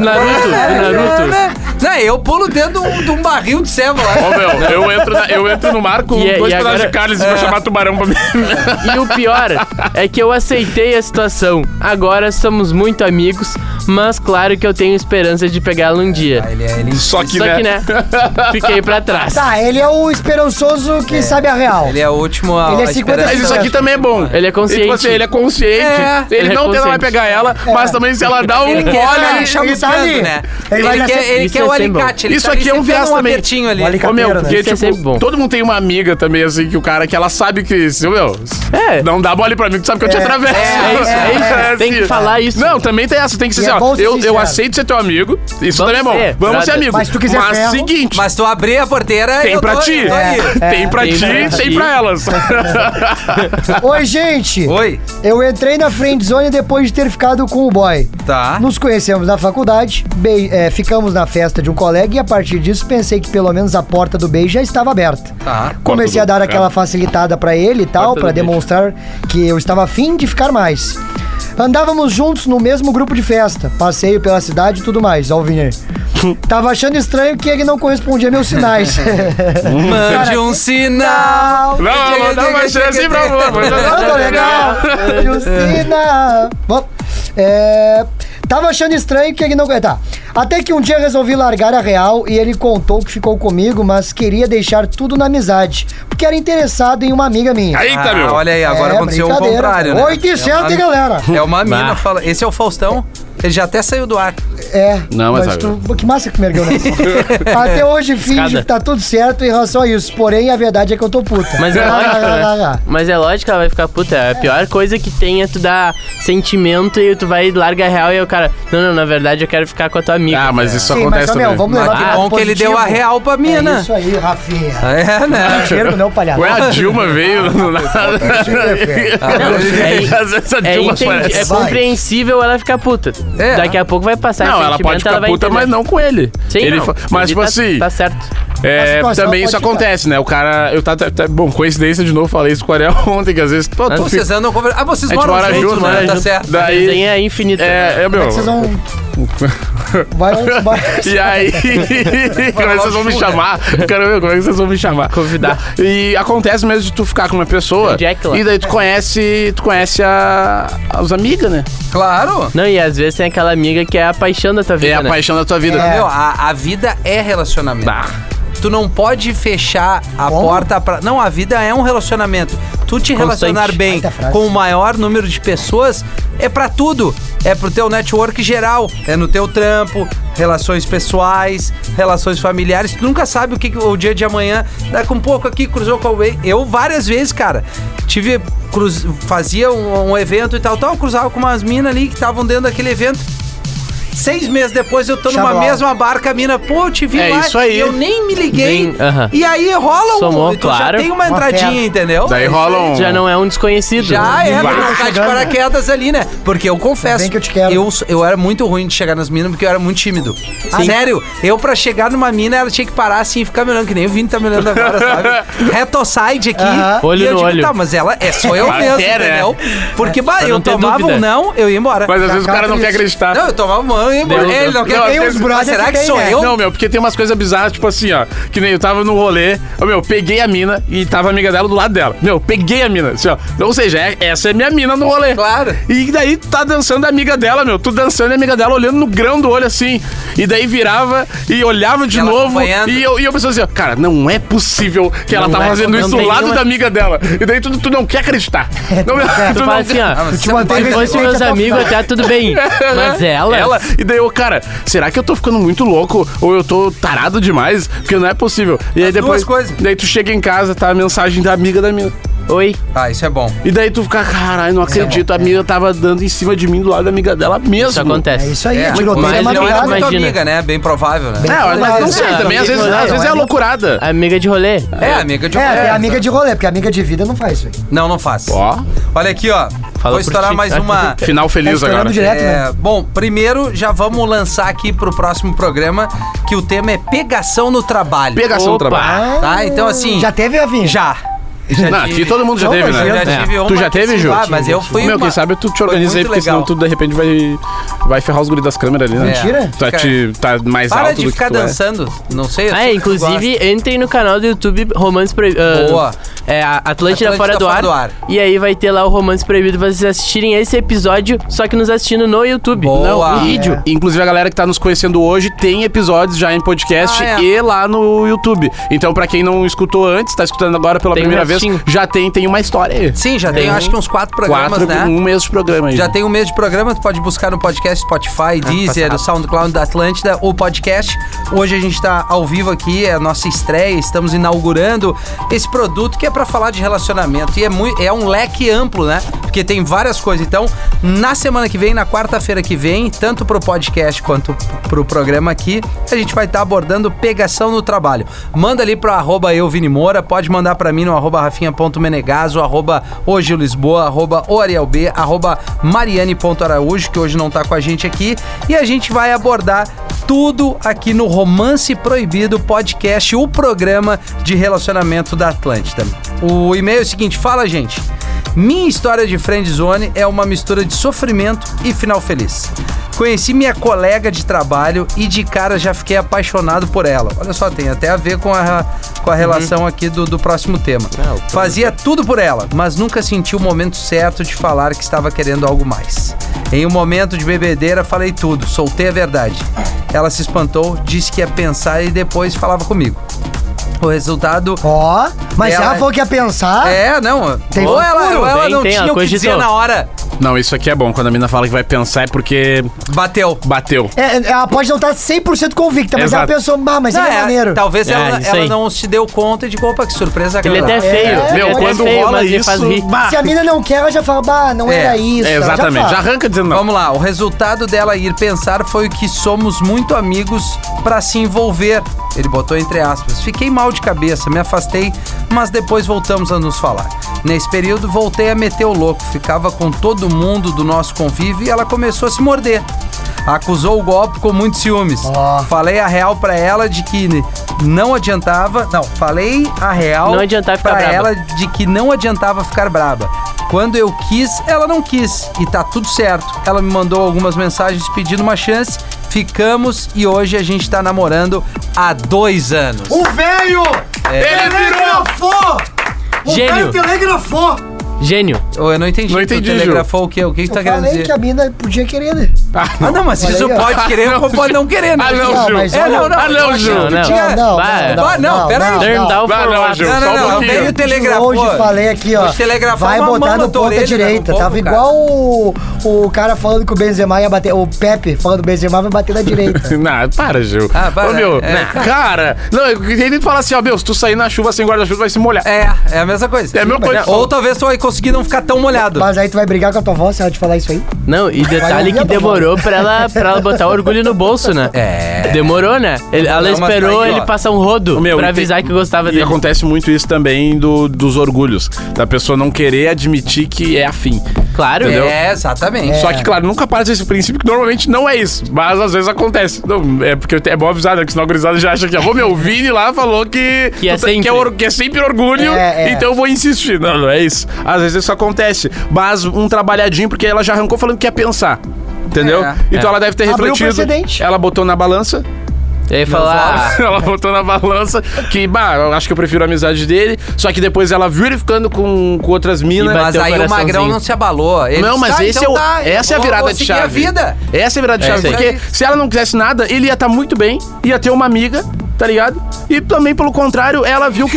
Speaker 4: Naruto, Naruto.
Speaker 1: Não, eu pulo dentro de um, de um barril de ceva lá.
Speaker 2: Ô, meu, eu entro, na- eu entro no mar com
Speaker 4: E- é-
Speaker 2: dois
Speaker 4: e
Speaker 2: pedaços
Speaker 4: agora-
Speaker 2: de carne e vou chamar
Speaker 4: [LAUGHS]
Speaker 2: tubarão pra mim.
Speaker 4: E o pior é que eu aceitei a situação. Agora somos muito amigos, mas claro que eu tenho esperança de pegá-lo um dia.
Speaker 1: Ele, é, ele,
Speaker 2: Só que,
Speaker 4: Só
Speaker 2: né?
Speaker 4: que, né? Fiquei pra trás.
Speaker 3: Tá, ele é o esperançoso que sabe a real.
Speaker 1: ele é o último a.
Speaker 3: Ele é
Speaker 1: a
Speaker 3: 50
Speaker 1: esperar.
Speaker 2: Mas isso aqui também é bom.
Speaker 4: Ele é consciente.
Speaker 2: E, tipo assim, ele é consciente.
Speaker 1: É,
Speaker 2: ele,
Speaker 4: ele é
Speaker 2: não tenta vai
Speaker 4: consciente.
Speaker 2: pegar ela,
Speaker 3: É.
Speaker 2: mas também se ela dá um
Speaker 1: Ele quer
Speaker 2: gole.
Speaker 1: tá
Speaker 3: ele
Speaker 1: ali
Speaker 3: tá ali.
Speaker 1: chamutando, né?
Speaker 3: Ele vai
Speaker 1: Ele
Speaker 3: nascer-
Speaker 1: quer, ele
Speaker 4: Isso
Speaker 1: quer
Speaker 4: é
Speaker 1: o
Speaker 4: sempre bom.
Speaker 1: alicate. Ele
Speaker 2: Isso
Speaker 1: tá ali
Speaker 2: aqui é um
Speaker 1: sempre
Speaker 2: viés
Speaker 1: um
Speaker 2: também.
Speaker 1: apertinho ali.
Speaker 3: O alicate-
Speaker 2: Ô, meu,
Speaker 3: Cadeira, né?
Speaker 2: porque,
Speaker 4: Isso é
Speaker 2: tipo,
Speaker 4: sempre bom.
Speaker 2: todo mundo tem uma amiga também, assim, que o cara que ela sabe que, assim, meu,
Speaker 4: É.
Speaker 2: não dá mole pra mim, que tu sabe que eu te atravesso. assim.
Speaker 4: é isso, é isso. Tem que falar isso.
Speaker 2: Não, também tem essa, tem que ser
Speaker 3: E
Speaker 2: assim,
Speaker 3: é
Speaker 2: ó,
Speaker 3: bom ser
Speaker 2: eu, eu
Speaker 3: sincero.
Speaker 2: aceito ser teu amigo,
Speaker 4: Vamos
Speaker 2: isso também é bom,
Speaker 4: ser,
Speaker 2: vamos ser
Speaker 4: brother.
Speaker 2: amigos.
Speaker 3: Mas se tu quiser
Speaker 2: Mas
Speaker 3: ferro- É,
Speaker 2: seguinte,
Speaker 1: Mas tu abrir a porteira,
Speaker 2: tem
Speaker 1: eu
Speaker 2: pra
Speaker 1: tô,
Speaker 2: ti, É.
Speaker 1: eu tô aí.
Speaker 2: tem pra
Speaker 4: Tem
Speaker 2: ti,
Speaker 4: pra
Speaker 2: tem
Speaker 4: ti.
Speaker 2: pra elas.
Speaker 3: Oi, gente.
Speaker 1: Oi,
Speaker 3: Eu entrei na friendzone depois de ter ficado com o boy.
Speaker 1: tá.
Speaker 3: Nos conhecemos na faculdade, bei- eh, ficamos na festa de um colega e a partir disso pensei que pelo menos a porta do beijo já estava aberta.
Speaker 1: Tá.
Speaker 3: Comecei a
Speaker 2: do-
Speaker 3: dar
Speaker 2: é.
Speaker 3: aquela facilitada pra ele e tal,
Speaker 4: Porta do
Speaker 3: pra
Speaker 4: beijo.
Speaker 3: demonstrar que eu estava afim de ficar mais. Andávamos juntos no mesmo grupo de festa, passeio pela cidade e tudo mais, ó o Vini. Tava achando estranho que ele não correspondia a meus sinais.
Speaker 1: Mande um sinal.
Speaker 2: Não, não dá uma chance [LAUGHS] pra
Speaker 3: Ah, tô legal! [LAUGHS] Justina! Bom, é, Tava achando estranho que ele não aguentar. Até que um dia resolvi largar a real e ele contou que ficou comigo, mas queria deixar tudo na amizade, porque era interessado em uma amiga minha.
Speaker 2: Eita, meu.
Speaker 1: Ah, olha aí, agora
Speaker 3: É,
Speaker 1: aconteceu o
Speaker 3: brincadeira.
Speaker 1: contrário, né?
Speaker 3: 8 e certo, hein, galera?
Speaker 1: É uma mina,
Speaker 4: Bah.
Speaker 1: fala. Esse é o Faustão. Ele já até saiu do ar.
Speaker 3: É.
Speaker 2: Não, mas sabe.
Speaker 3: tu, Que massa que mergulhou nessa. Até hoje finge
Speaker 4: Escada.
Speaker 3: que tá tudo certo em relação a isso, porém a verdade é que eu tô puta.
Speaker 4: Mas é
Speaker 3: Lá, lá,
Speaker 4: lógico,
Speaker 3: lá, lá,
Speaker 4: né?
Speaker 3: lá.
Speaker 4: Mas é lógico que ela vai ficar puta. A pior coisa que tem é tu dar sentimento e tu vai e larga a real e o cara. Não, não, na verdade eu quero ficar com a tua amiga.
Speaker 2: Ah, mas isso
Speaker 3: Sim,
Speaker 2: acontece
Speaker 3: mas, ó, meu,
Speaker 2: também.
Speaker 3: vamos levar
Speaker 1: Mas que
Speaker 3: pro lado
Speaker 1: Ah, bom que ele deu a
Speaker 3: é? positivo.
Speaker 1: real pra né? mina.
Speaker 3: É isso aí, Rafinha.
Speaker 1: É, né?
Speaker 2: [LAUGHS]
Speaker 3: Cheiro não, palhaço.
Speaker 2: Ué, a Dilma veio do nada. [LAUGHS]
Speaker 4: é-
Speaker 2: Às vezes a
Speaker 4: É,
Speaker 2: Dilma
Speaker 4: entendi-
Speaker 2: aparece.
Speaker 4: é compreensível ela ficar puta.
Speaker 1: É.
Speaker 4: Daqui a pouco vai passar
Speaker 2: Não,
Speaker 4: esse
Speaker 2: ela pode
Speaker 4: sentimento,
Speaker 2: ficar
Speaker 4: vai
Speaker 2: puta,
Speaker 4: entender.
Speaker 2: mas não com ele.
Speaker 4: Sim,
Speaker 2: ele
Speaker 4: não.
Speaker 2: fa- Mas,
Speaker 4: Ele
Speaker 2: tipo
Speaker 4: tá-
Speaker 2: assim,
Speaker 4: Tá certo.
Speaker 3: A
Speaker 2: é,
Speaker 3: situação
Speaker 2: também
Speaker 3: pode
Speaker 2: isso
Speaker 3: ficar.
Speaker 2: acontece, né? O cara. Eu tá, tá- tá- bom, coincidência de novo, falei isso com o Ariel [LAUGHS] ontem, que às vezes. Pô, tu
Speaker 1: Vocês
Speaker 2: fica-
Speaker 1: andam conversando. Ah, vocês
Speaker 2: A gente
Speaker 1: moram
Speaker 2: mora
Speaker 1: juntos,
Speaker 2: junto,
Speaker 1: né?
Speaker 2: né?
Speaker 1: Tá certo.
Speaker 4: A
Speaker 2: daí.
Speaker 4: resenha é infinita.
Speaker 2: É, é, meu.
Speaker 3: Vocês
Speaker 2: [LAUGHS]
Speaker 3: vão. Vai, [LAUGHS] vai,
Speaker 2: E aí, como é que vocês vão me chamar? Quero ver como é que vocês vão me chamar.
Speaker 4: Convidar.
Speaker 2: E acontece mesmo de tu ficar com uma pessoa.
Speaker 4: Jack lá.
Speaker 2: E daí tu conhece. Tu conhece a, as amigas, né?
Speaker 1: Claro.
Speaker 4: Não, e às vezes tem aquela amiga que é a paixão da tua vida.
Speaker 2: É a
Speaker 4: né?
Speaker 2: paixão da tua vida.
Speaker 3: É.
Speaker 1: Meu, a, a vida é relacionamento. Tu não pode fechar a
Speaker 3: Como?
Speaker 1: porta pra. Não, a vida é um relacionamento. Tu te relacionar bem
Speaker 3: Baita frase.
Speaker 1: com o maior número de pessoas é pra tudo. É pro teu network geral, é no teu trampo, relações pessoais, relações familiares. Tu nunca sabe o que que o dia de amanhã daqui um pouco aqui cruzou com alguém. Eu várias vezes, cara, tive cruz, fazia um, um evento e tal, tal, cruzava com umas minas ali que estavam dentro daquele evento. Seis meses depois eu tô numa
Speaker 3: Xablau.
Speaker 1: mesma barca, a mina, pô, eu te vi
Speaker 2: É
Speaker 1: lá
Speaker 2: isso aí.
Speaker 1: e eu nem me liguei.
Speaker 4: Nem- aham.
Speaker 1: E aí rola um.
Speaker 4: Somou,
Speaker 1: tu
Speaker 4: claro.
Speaker 1: já tem uma
Speaker 3: Uma
Speaker 1: entradinha,
Speaker 3: fera.
Speaker 1: entendeu?
Speaker 2: Daí rola um.
Speaker 4: Já não é um desconhecido.
Speaker 1: Já
Speaker 4: né?
Speaker 1: é, pra não cai de paraquedas ali, né? Porque eu confesso,
Speaker 3: Vem que eu te quero.
Speaker 1: sou- eu era muito ruim de chegar nas minas porque eu era muito tímido.
Speaker 3: Ah,
Speaker 1: Sério, eu pra chegar numa mina, ela tinha que parar assim e ficar me olhando, que nem o Vini tá me olhando agora,
Speaker 4: [LAUGHS]
Speaker 1: sabe? Retoside aqui.
Speaker 3: Aham.
Speaker 1: E
Speaker 4: Olho
Speaker 1: eu
Speaker 4: no olho.
Speaker 1: Tá, mas ela é só eu
Speaker 2: Mas
Speaker 1: mesmo,
Speaker 2: é, né?
Speaker 1: entendeu? Porque bah, eu
Speaker 4: não ter
Speaker 1: tomava
Speaker 4: dúvida.
Speaker 1: um não, eu ia embora.
Speaker 2: Mas às vezes o
Speaker 3: Cacá
Speaker 2: cara não quer
Speaker 3: triste.
Speaker 2: acreditar.
Speaker 1: Não, eu tomava um, eu ia embora.
Speaker 4: Deu-
Speaker 1: Ele não
Speaker 2: Ah. Não,
Speaker 1: quer
Speaker 2: tem uns
Speaker 1: Mas
Speaker 3: brother
Speaker 1: Será
Speaker 3: que
Speaker 1: que
Speaker 3: tem,
Speaker 1: sou
Speaker 3: né?
Speaker 1: eu?
Speaker 2: é? Não, meu, porque tem umas coisas bizarras, tipo assim, ó. Que nem eu tava no rolê, ó, meu, peguei a mina e tava a amiga dela do lado dela. Meu, peguei a mina, assim, ó. Ou seja, é- essa é minha mina no rolê.
Speaker 1: Claro.
Speaker 2: E daí tu tá dançando a amiga dela, meu. Tu dançando e a amiga dela olhando no grão do olho assim. E daí virava e olhava de
Speaker 1: Ela tá
Speaker 2: novo.
Speaker 1: acompanhando.
Speaker 2: E eu, e eu pensava assim, ó, cara, não é possível que ela
Speaker 4: Não
Speaker 2: tá
Speaker 4: é,
Speaker 2: fazendo
Speaker 4: não
Speaker 2: isso do
Speaker 4: tem
Speaker 2: lado
Speaker 4: nenhuma-
Speaker 2: da amiga dela. E daí tu, tu não quer
Speaker 4: [LAUGHS]
Speaker 2: acreditar. Não,
Speaker 4: É, Tu fala assim, ó.
Speaker 1: mas
Speaker 3: Tu te
Speaker 1: você não
Speaker 3: mantém
Speaker 1: pode-
Speaker 4: Se fosse meus amigos, até tudo bem. Mas ela.
Speaker 2: Né? Ela. E daí eu, cara, será que eu tô ficando muito louco? Ou eu tô tarado demais? Porque não é possível. E aí
Speaker 1: As
Speaker 2: depois.
Speaker 1: duas coisas.
Speaker 2: Daí tu chega em casa, tá a mensagem da amiga da minha.
Speaker 4: Oi.
Speaker 1: Ah, isso é bom.
Speaker 2: E daí tu fica,
Speaker 4: é
Speaker 2: caralho, não acredito. a amiga tava dando em cima de mim do lado da amiga dela mesmo.
Speaker 4: Isso
Speaker 3: É
Speaker 4: acontece.
Speaker 3: isso aí,
Speaker 1: É,
Speaker 3: tiroteio
Speaker 4: mas
Speaker 3: é
Speaker 4: ele não
Speaker 1: não
Speaker 4: era
Speaker 1: era
Speaker 3: madrugada.
Speaker 1: muito
Speaker 4: imagina.
Speaker 1: amiga, né? Bem provável, né?
Speaker 2: É, mas não
Speaker 3: Não,
Speaker 2: sei,
Speaker 4: não,
Speaker 2: também
Speaker 4: não,
Speaker 2: às vezes,
Speaker 4: não,
Speaker 2: às vezes é
Speaker 3: não.
Speaker 2: loucurada.
Speaker 4: Amiga de rolê.
Speaker 1: É, amiga de
Speaker 3: É, tem
Speaker 1: é.
Speaker 3: amiga de rolê, porque amiga de vida não faz isso aí.
Speaker 1: Não, não faz.
Speaker 2: Ó,
Speaker 1: Olha aqui, ó. Vou
Speaker 4: por
Speaker 1: estourar
Speaker 4: ti.
Speaker 1: mais uma.
Speaker 2: final feliz
Speaker 3: Tá
Speaker 2: agora.
Speaker 3: estourando direto, né?
Speaker 1: É, bom, primeiro já vamos lançar aqui pro próximo programa que o tema é pegação no trabalho.
Speaker 2: Pegação do
Speaker 4: Opa.
Speaker 2: trabalho.
Speaker 1: Tá? Então assim,
Speaker 3: Já teve, Rafinha?
Speaker 1: já. Já
Speaker 2: Não,
Speaker 1: tive-
Speaker 2: aqui todo mundo já
Speaker 3: Não,
Speaker 2: teve,
Speaker 3: eu
Speaker 2: né?
Speaker 3: já
Speaker 2: É.
Speaker 1: tive uma
Speaker 2: tu já
Speaker 1: que
Speaker 2: teve,
Speaker 1: sim,
Speaker 2: Ju?
Speaker 1: ah, mas eu fui
Speaker 2: Meu,
Speaker 1: uma-
Speaker 2: quem sabe tu te
Speaker 1: foi
Speaker 2: organiza aí,
Speaker 1: muito
Speaker 2: porque senão
Speaker 1: legal.
Speaker 2: tu de repente vai, vai ferrar os guris das câmeras ali, né?
Speaker 1: É.
Speaker 3: Mentira?
Speaker 2: Tá, te, tá mais
Speaker 1: Para
Speaker 2: alto do
Speaker 1: de
Speaker 2: que
Speaker 1: ficar
Speaker 2: tu é.
Speaker 1: dançando. Não sei. eu
Speaker 4: Ah,
Speaker 1: sei
Speaker 4: é,
Speaker 1: que tu gosta.
Speaker 4: inclusive, entrem no canal do YouTube Romance Proibido.
Speaker 1: Boa.
Speaker 4: É, a Atlântida,
Speaker 1: Atlântida
Speaker 4: Fora, do,
Speaker 1: Fora
Speaker 4: ar,
Speaker 1: do Ar.
Speaker 4: E aí vai ter lá o Romance Proibido pra vocês assistirem esse episódio, só que nos assistindo no YouTube.
Speaker 1: Boa.
Speaker 4: Não,
Speaker 1: É.
Speaker 4: no vídeo.
Speaker 2: Inclusive, a galera que tá nos conhecendo hoje tem episódios já em podcast
Speaker 1: Ah, é.
Speaker 2: e lá no YouTube. Então, pra quem não escutou antes, tá escutando agora pela
Speaker 4: Tem um
Speaker 2: primeira vez,
Speaker 4: restinho.
Speaker 2: já tem, tem uma história aí.
Speaker 1: Sim, já tem acho que uns quatro programas,
Speaker 2: Quatro,
Speaker 1: né?
Speaker 2: um mês de programa aí.
Speaker 1: Já tem um mês de programa, tu pode buscar no podcast Spotify, Deezer, o SoundCloud da Atlântida, o podcast. Hoje a gente tá ao vivo aqui, é a nossa estreia, estamos inaugurando esse produto que é pra falar de relacionamento e é muito, é um leque amplo, né? Porque tem várias coisas. Então, na semana que vem, na quarta-feira que vem, tanto pro podcast quanto pro programa aqui, a gente vai estar abordando pegação no trabalho. Manda ali pro arroba eu, Vini Moura, pode mandar pra mim no arroba rafinha.menegaso, arroba hoje Lisboa, arroba o Ariel B, arroba mariane.araújo, que hoje não tá com a gente aqui, e a gente vai abordar tudo aqui no Romance Proibido podcast, o programa de relacionamento da Atlântida. O e-mail é o seguinte, fala gente, minha história de friendzone é uma mistura de sofrimento e final feliz. Conheci minha colega de trabalho e de cara já fiquei apaixonado por ela. Olha só, tem até a ver com a, com a relação aqui do, do próximo tema. Fazia tudo por ela, mas nunca senti o momento certo de falar que estava querendo algo mais. Em um momento de bebedeira, falei tudo, soltei a verdade. Ela se espantou, disse que ia pensar e depois falava comigo. O resultado
Speaker 3: Ó, mas se
Speaker 1: Ela-
Speaker 3: ela falou que ia pensar.
Speaker 1: é, não.
Speaker 3: Tem
Speaker 1: ou ela,
Speaker 3: futuro.
Speaker 1: ou ela
Speaker 4: Tem-
Speaker 1: não
Speaker 4: tem,
Speaker 1: tinha o que
Speaker 4: cogitou.
Speaker 1: dizer na hora.
Speaker 2: Não, isso aqui é bom. Quando a mina fala que vai pensar é porque
Speaker 1: Bateu.
Speaker 2: bateu.
Speaker 3: É, ela pode não estar 100% convicta, mas
Speaker 2: Exato.
Speaker 3: ela pensou, bah, mas
Speaker 1: Não,
Speaker 3: ele é
Speaker 1: é,
Speaker 3: maneiro.
Speaker 1: Talvez
Speaker 4: É,
Speaker 1: ela,
Speaker 4: isso
Speaker 1: ela
Speaker 4: aí.
Speaker 1: não se deu conta de opa, que surpresa
Speaker 4: Ele é até feio.
Speaker 3: É,
Speaker 4: ele
Speaker 2: Meu,
Speaker 4: até
Speaker 2: quando
Speaker 4: feio,
Speaker 2: rola
Speaker 4: mas ele
Speaker 2: isso...
Speaker 4: faz rir.
Speaker 2: bah.
Speaker 3: Se a mina não quer, ela já fala, bah, não
Speaker 1: É,
Speaker 3: era isso.
Speaker 2: É,
Speaker 3: ela
Speaker 2: exatamente. Já,
Speaker 3: fala.
Speaker 2: arranca dizendo não.
Speaker 1: Vamos lá, o resultado dela ir pensar foi o que somos muito amigos pra se envolver. Ele botou entre aspas. Fiquei mal de cabeça, me afastei, mas depois voltamos a nos falar. Nesse período, voltei a meter o louco, ficava com todo mundo do nosso convívio e ela começou a se morder. Acusou o golpe com muitos ciúmes.
Speaker 3: Ó.
Speaker 1: Falei a real pra ela de que não adiantava. Não, falei a real
Speaker 4: Não adiantava ficar
Speaker 1: pra
Speaker 4: braba.
Speaker 1: ela de que não adiantava ficar braba. Quando eu quis, ela não quis. E tá tudo certo. Ela me mandou algumas mensagens pedindo uma chance. Ficamos e hoje a gente tá namorando há dois anos.
Speaker 3: O velho!
Speaker 2: Ele virou!
Speaker 3: O
Speaker 4: Gênio.
Speaker 3: velho telegrafou!
Speaker 4: Gênio.
Speaker 1: Eu não entendi.
Speaker 2: Não entendi,
Speaker 1: Tu telegrafou o quê? O que, que
Speaker 3: Eu
Speaker 1: tá querendo
Speaker 3: falei
Speaker 1: dizer?
Speaker 3: que a mina podia querer. né?
Speaker 1: Ah, não, mas
Speaker 3: Olha
Speaker 1: isso
Speaker 3: aí, ó.
Speaker 1: pode querer ou pode não querer, né?
Speaker 2: Ah,
Speaker 3: Não,
Speaker 2: não, Ju.
Speaker 3: mas
Speaker 1: É,
Speaker 3: olha-
Speaker 1: não, não.
Speaker 2: Ah, não, Ju.
Speaker 4: Não, não.
Speaker 1: Tinha-
Speaker 4: Vai.
Speaker 1: Ah, não, pera aí.
Speaker 4: Turn down
Speaker 2: Vai,
Speaker 4: for
Speaker 2: não,
Speaker 4: what?
Speaker 2: Ju.
Speaker 1: Não,
Speaker 2: Só
Speaker 1: não,
Speaker 2: um
Speaker 1: não.
Speaker 2: pouquinho.
Speaker 1: Veio
Speaker 2: De
Speaker 1: telegrafou.
Speaker 3: De longe falei aqui, ó.
Speaker 1: Vou te telegrafar
Speaker 3: vai
Speaker 1: uma
Speaker 3: botar
Speaker 1: mão
Speaker 3: no
Speaker 1: na tua
Speaker 3: ponta
Speaker 1: orelha,
Speaker 3: direita.
Speaker 1: né? Um
Speaker 3: Tava
Speaker 1: pouco,
Speaker 3: igual o, o cara falando que o Benzema ia bater. O Pepe falando que o Benzema vai bater da
Speaker 2: [LAUGHS]
Speaker 3: direita.
Speaker 2: Não, para, Gil.
Speaker 1: Ah, para.
Speaker 2: Ô, meu,
Speaker 1: É,
Speaker 2: cara. Não, eu queria nem falar assim, ó, meu, se tu sair na chuva sem guarda-chuva, tu vai se molhar.
Speaker 1: É, é a mesma coisa.
Speaker 2: É a mesma coisa.
Speaker 1: Ou talvez tu vai conseguir não ficar tão molhado.
Speaker 3: Mas aí tu vai brigar com a tua avó se ela te falar isso aí?
Speaker 4: Não, e detalhe
Speaker 3: ouvir a
Speaker 4: que
Speaker 3: tua
Speaker 4: demorou pra ela, pra ela botar o orgulho no bolso, né?
Speaker 1: É.
Speaker 4: Demorou, né? Ele- ela
Speaker 1: Não, mas
Speaker 4: esperou
Speaker 1: tá aí, ó.
Speaker 4: ele passar um rodo
Speaker 2: Ô, meu,
Speaker 4: pra
Speaker 2: e tem-
Speaker 4: avisar que gostava
Speaker 2: E
Speaker 4: dele.
Speaker 2: acontece muito isso também do, dos orgulhos. Da pessoa não querer admitir que é afim.
Speaker 4: Claro.
Speaker 2: Entendeu?
Speaker 1: É, exatamente.
Speaker 2: Só que, claro, nunca parte desse princípio que normalmente não é isso. Mas às vezes acontece. Não, é porque é bom avisar, né? Que senão a gurizada já acha que, ô meu, o Vini lá falou que,
Speaker 4: Que é
Speaker 2: tu tem- que
Speaker 4: sempre.
Speaker 2: or- que é sempre orgulho,
Speaker 3: É, é.
Speaker 2: então eu vou insistir. Não, não é isso. Às vezes isso acontece. Mas um trabalhadinho, porque ela já arrancou falando que ia pensar. Entendeu?
Speaker 1: É.
Speaker 2: Então ela deve ter
Speaker 3: Abriu o
Speaker 2: refletido.
Speaker 3: precedente.
Speaker 2: Ela botou na balança.
Speaker 4: Ele falar.
Speaker 2: [LAUGHS]
Speaker 4: "Ah,
Speaker 2: ela botou na balança que, bah, eu acho que eu prefiro a amizade dele. Só que depois ela viu ele ficando com, com outras minas.
Speaker 4: E
Speaker 1: Mas
Speaker 4: Bateu o
Speaker 1: aí o
Speaker 4: coraçãozinho.
Speaker 1: Magrão não se abalou. Ele
Speaker 2: Não, mas
Speaker 1: disse, "Ah,
Speaker 2: esse
Speaker 1: então
Speaker 2: é o,
Speaker 1: tá,
Speaker 2: essa é a
Speaker 1: vou-
Speaker 2: virada
Speaker 1: vou
Speaker 2: de
Speaker 1: seguir
Speaker 2: chave.
Speaker 1: a vida.
Speaker 2: Essa é a virada de
Speaker 4: É
Speaker 2: chave.
Speaker 4: isso
Speaker 1: aí.
Speaker 2: Porque se ela não quisesse nada, ele ia estar muito bem, ia ter uma amiga, tá ligado? E também, pelo contrário, ela viu que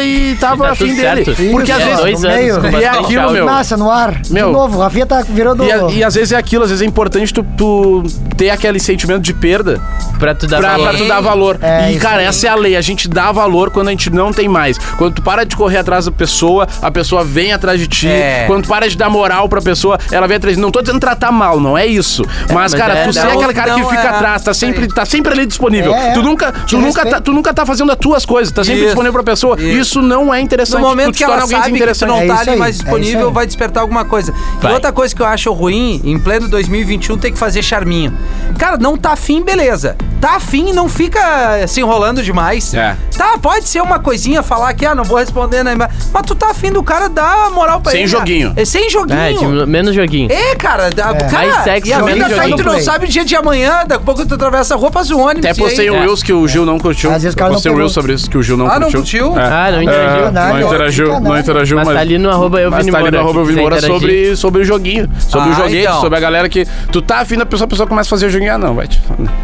Speaker 4: [LAUGHS]
Speaker 2: e tava
Speaker 4: Tá
Speaker 2: afim
Speaker 4: tudo
Speaker 2: dele.
Speaker 4: certo.
Speaker 2: Porque às
Speaker 3: Isso,
Speaker 2: vezes.
Speaker 3: ó.
Speaker 4: dois
Speaker 3: no
Speaker 4: anos
Speaker 3: meio.
Speaker 4: com
Speaker 3: E
Speaker 4: bastante
Speaker 2: aquilo,
Speaker 4: áudio.
Speaker 2: meu.
Speaker 3: Massa no ar.
Speaker 2: Meu.
Speaker 3: De novo, o Rafinha tá virando.
Speaker 2: E, a- e às vezes é aquilo, às vezes é importante tu, tu ter aquele sentimento de perda
Speaker 4: Pra tu dar
Speaker 2: pra,
Speaker 4: valor.
Speaker 2: pra tu dar valor.
Speaker 3: É,
Speaker 2: e,
Speaker 3: isso
Speaker 2: cara, essa é a lei. A gente dá valor quando a gente não tem mais. Quando tu para de correr atrás da pessoa, a pessoa vem atrás de ti.
Speaker 1: É.
Speaker 2: Quando tu para de dar moral pra pessoa, ela vem atrás. Não tô dizendo tratar mal, não é isso. mas,
Speaker 4: mas
Speaker 2: cara,
Speaker 4: é,
Speaker 2: tu
Speaker 4: dá
Speaker 2: ser
Speaker 4: o-
Speaker 2: aquele cara que
Speaker 1: não,
Speaker 2: fica
Speaker 1: é,
Speaker 2: atrás, tá sempre,
Speaker 1: isso
Speaker 2: tá sempre ali disponível.
Speaker 3: É, é.
Speaker 2: Tu, nunca, tu,
Speaker 3: Te
Speaker 2: nunca
Speaker 3: respeito.
Speaker 2: tá, tu nunca tá fazendo as tuas coisas, tá sempre
Speaker 1: Isso.
Speaker 2: disponível pra pessoa.
Speaker 1: Isso.
Speaker 2: Isso não é
Speaker 1: No
Speaker 2: interessante.
Speaker 1: momento
Speaker 2: tu te
Speaker 1: que ela
Speaker 2: torna alguém
Speaker 1: sabe que tu
Speaker 2: desinteressante.
Speaker 1: não
Speaker 3: É
Speaker 1: tá
Speaker 3: isso
Speaker 1: ali
Speaker 3: aí,
Speaker 1: mais
Speaker 3: é
Speaker 1: disponível,
Speaker 3: isso aí.
Speaker 1: vai despertar alguma coisa. E
Speaker 4: Vai.
Speaker 1: outra um coisa que eu acho ruim, em pleno 2021, tem que fazer charminho. Cara, não tá afim, beleza. tá afim, não fica se enrolando demais.
Speaker 2: É.
Speaker 1: Tá, pode ser uma coisinha, falar que, ah, não vou responder, né? Mas tu tá afim do cara, dá moral pra
Speaker 2: Sem
Speaker 1: ele. cara.
Speaker 2: joguinho.
Speaker 1: É sem joguinho.
Speaker 4: É, de menos joguinho.
Speaker 1: É, cara, da, cara,
Speaker 4: Mais sexo,
Speaker 1: e a
Speaker 4: menos
Speaker 1: vida tá aí,
Speaker 4: joguinho.
Speaker 1: tu não
Speaker 3: Play.
Speaker 1: sabe o dia de amanhã, daqui a pouco tu atravessa a rua, passa o ônibus.
Speaker 2: Até
Speaker 1: e aí-
Speaker 2: postei um
Speaker 4: É.
Speaker 2: Reels que o Gil não curtiu.
Speaker 3: Às vezes o cara
Speaker 2: Eu
Speaker 3: não
Speaker 2: postei um
Speaker 3: pegou.
Speaker 2: Reels sobre isso que o Gil não
Speaker 1: Ah, não
Speaker 2: curtiu.
Speaker 1: curtiu?
Speaker 2: É.
Speaker 4: Ah, não
Speaker 2: É,
Speaker 4: interagiu.
Speaker 3: nada,
Speaker 2: não interagiu,
Speaker 3: não
Speaker 2: não
Speaker 3: fica
Speaker 2: interagiu,
Speaker 4: Mas
Speaker 2: mas.
Speaker 4: tá ali no arroba eu
Speaker 2: mas
Speaker 4: Vini
Speaker 2: tá ali
Speaker 4: Moura.
Speaker 2: no arroba
Speaker 4: quem
Speaker 2: eu Vini
Speaker 4: quiser
Speaker 2: Moura
Speaker 4: interagir.
Speaker 2: sobre, sobre o joguinho, sobre
Speaker 1: Ah,
Speaker 2: o joguete,
Speaker 1: então.
Speaker 2: sobre a galera que. Tu tá afim da pessoa, a pessoa começa a fazer o joguinho. Ah, não, vai. te-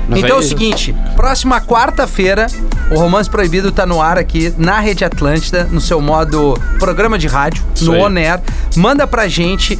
Speaker 2: Mas
Speaker 1: Então é o
Speaker 2: aí-
Speaker 1: seguinte, próxima quarta-feira, o Romance Proibido tá no ar aqui na Rede Atlântida, no seu modo programa de rádio,
Speaker 2: Isso
Speaker 1: no
Speaker 2: aí.
Speaker 1: Oner. Manda pra gente.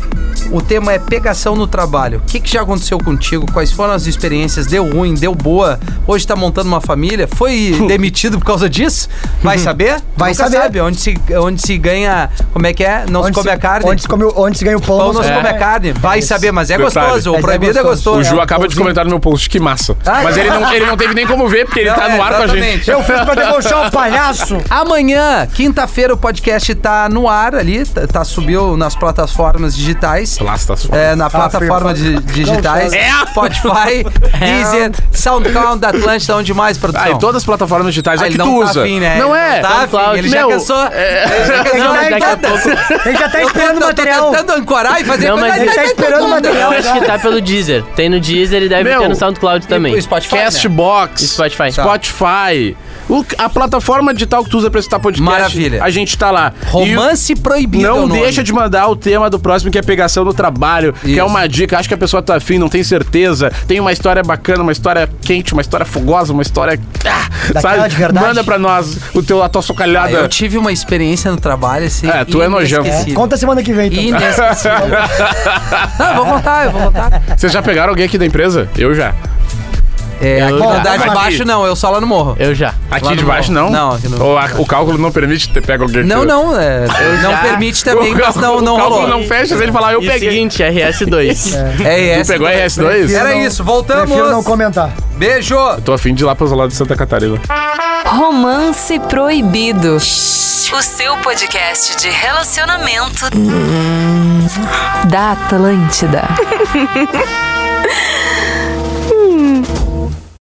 Speaker 1: O tema é pegação no trabalho. O que, que já aconteceu contigo? Quais foram as experiências? Deu ruim, deu boa? Hoje tá montando uma família? Foi
Speaker 2: [LAUGHS]
Speaker 1: demitido por causa disso? Vai saber?
Speaker 3: Vai
Speaker 1: Nunca
Speaker 3: saber.
Speaker 1: sabe. Onde se, onde se ganha. Como é que é? Não se come a carne.
Speaker 3: Onde se, come, o- onde se ganha o pão,
Speaker 1: Pão não se
Speaker 3: é.
Speaker 1: come a carne. Vai saber, mas é
Speaker 2: Detalhe.
Speaker 1: gostoso. O
Speaker 3: Mas é
Speaker 1: proibido é gostoso.
Speaker 3: gostoso.
Speaker 2: O
Speaker 3: É,
Speaker 2: Ju
Speaker 3: um
Speaker 2: acaba de
Speaker 3: pãozinho.
Speaker 2: comentar no meu post, que massa.
Speaker 1: Ah,
Speaker 2: Mas
Speaker 1: é.
Speaker 2: ele não, ele não teve nem como ver, porque ele
Speaker 1: Não,
Speaker 2: tá no
Speaker 1: é,
Speaker 2: ar com a gente.
Speaker 1: exatamente.
Speaker 3: Eu fiz pra debochar o palhaço.
Speaker 1: Amanhã, quinta-feira, o podcast tá no ar ali, tá, tá- subiu nas plataformas digitais.
Speaker 2: Plastas.
Speaker 1: É, na plataforma de, digitais.
Speaker 3: Não,
Speaker 2: é. [LAUGHS]
Speaker 1: Spotify, Deezer, SoundCloud, da Atlântida, onde mais, produção?
Speaker 2: Ah, e todas as plataformas digitais
Speaker 1: Ah,
Speaker 2: é
Speaker 1: ele
Speaker 2: que
Speaker 1: não
Speaker 2: tu
Speaker 1: tá
Speaker 2: usa.
Speaker 1: afim, né?
Speaker 2: Não
Speaker 1: Ele
Speaker 2: é.
Speaker 1: não tá afim, ele já
Speaker 2: Meu, é,
Speaker 1: cansou. Ele já
Speaker 3: Ele
Speaker 1: cansou.
Speaker 3: tá, ele
Speaker 4: daqui a
Speaker 3: tá- ele já tá
Speaker 1: Eu tô-
Speaker 3: esperando o
Speaker 1: tô
Speaker 3: material.
Speaker 1: tentando ancorar e fazer...
Speaker 4: Não, mas ele
Speaker 3: tá esperando o
Speaker 4: Eu
Speaker 3: material.
Speaker 1: Tipo,
Speaker 4: acho que tá pelo Deezer. Tem no Deezer e deve
Speaker 2: Meu,
Speaker 4: ter no SoundCloud também.
Speaker 1: O Spotify, né? Tá.
Speaker 2: Castbox.
Speaker 4: Spotify.
Speaker 2: Spotify. O- a plataforma digital que tu usa pra escutar podcast.
Speaker 1: Maravilha.
Speaker 2: A gente tá lá.
Speaker 1: Romance
Speaker 2: E
Speaker 1: proibido é o
Speaker 2: Não
Speaker 1: nome.
Speaker 2: deixa de mandar o tema do próximo, que é pegação no trabalho, que
Speaker 1: Isso.
Speaker 2: é uma dica. Acho que a pessoa tá afim, não tem certeza. Tem uma história bacana, uma história quente, uma história fogosa, uma história. Ah,
Speaker 3: Daquela de verdade.
Speaker 2: Manda pra nós o teu, a tua
Speaker 1: Ah,
Speaker 2: socalhada.
Speaker 1: eu tive uma experiência no trabalho, assim...
Speaker 2: É, tu é nojento.
Speaker 3: É,
Speaker 1: inesquecível.
Speaker 3: conta semana que vem, então.
Speaker 2: [LAUGHS]
Speaker 1: Inesquecível. Não, eu vou contar, eu vou contar.
Speaker 2: Vocês já pegaram alguém aqui da empresa? Eu já.
Speaker 1: É, aqui no
Speaker 3: Bom,
Speaker 1: andar de
Speaker 2: aqui.
Speaker 1: baixo não, eu só lá no morro.
Speaker 4: Eu já.
Speaker 2: Aqui
Speaker 1: Lá
Speaker 2: de
Speaker 1: no
Speaker 2: baixo
Speaker 1: morro.
Speaker 2: não?
Speaker 1: Não, aqui no-
Speaker 2: Ou a- o cálculo não permite que tu pegue alguém?
Speaker 1: Não,
Speaker 2: que-
Speaker 1: não, é, não permite também,
Speaker 2: [LAUGHS] o
Speaker 1: mas não,
Speaker 2: cálculo-
Speaker 1: não
Speaker 2: o cálculo
Speaker 1: rolou.
Speaker 2: não fecha, se ele falar, eu
Speaker 4: E
Speaker 2: peguei.
Speaker 4: seguinte, RS2.
Speaker 1: É
Speaker 2: Tu
Speaker 1: essa.
Speaker 2: pegou RS2?
Speaker 3: Prefiro
Speaker 1: Era
Speaker 3: não-
Speaker 1: isso, voltamos.
Speaker 3: Prefiro não comentar.
Speaker 1: Beijo.
Speaker 2: Tô afim de ir lá pros lados de Santa Catarina.
Speaker 5: Romance Proibido. O seu podcast de relacionamento da Atlântida.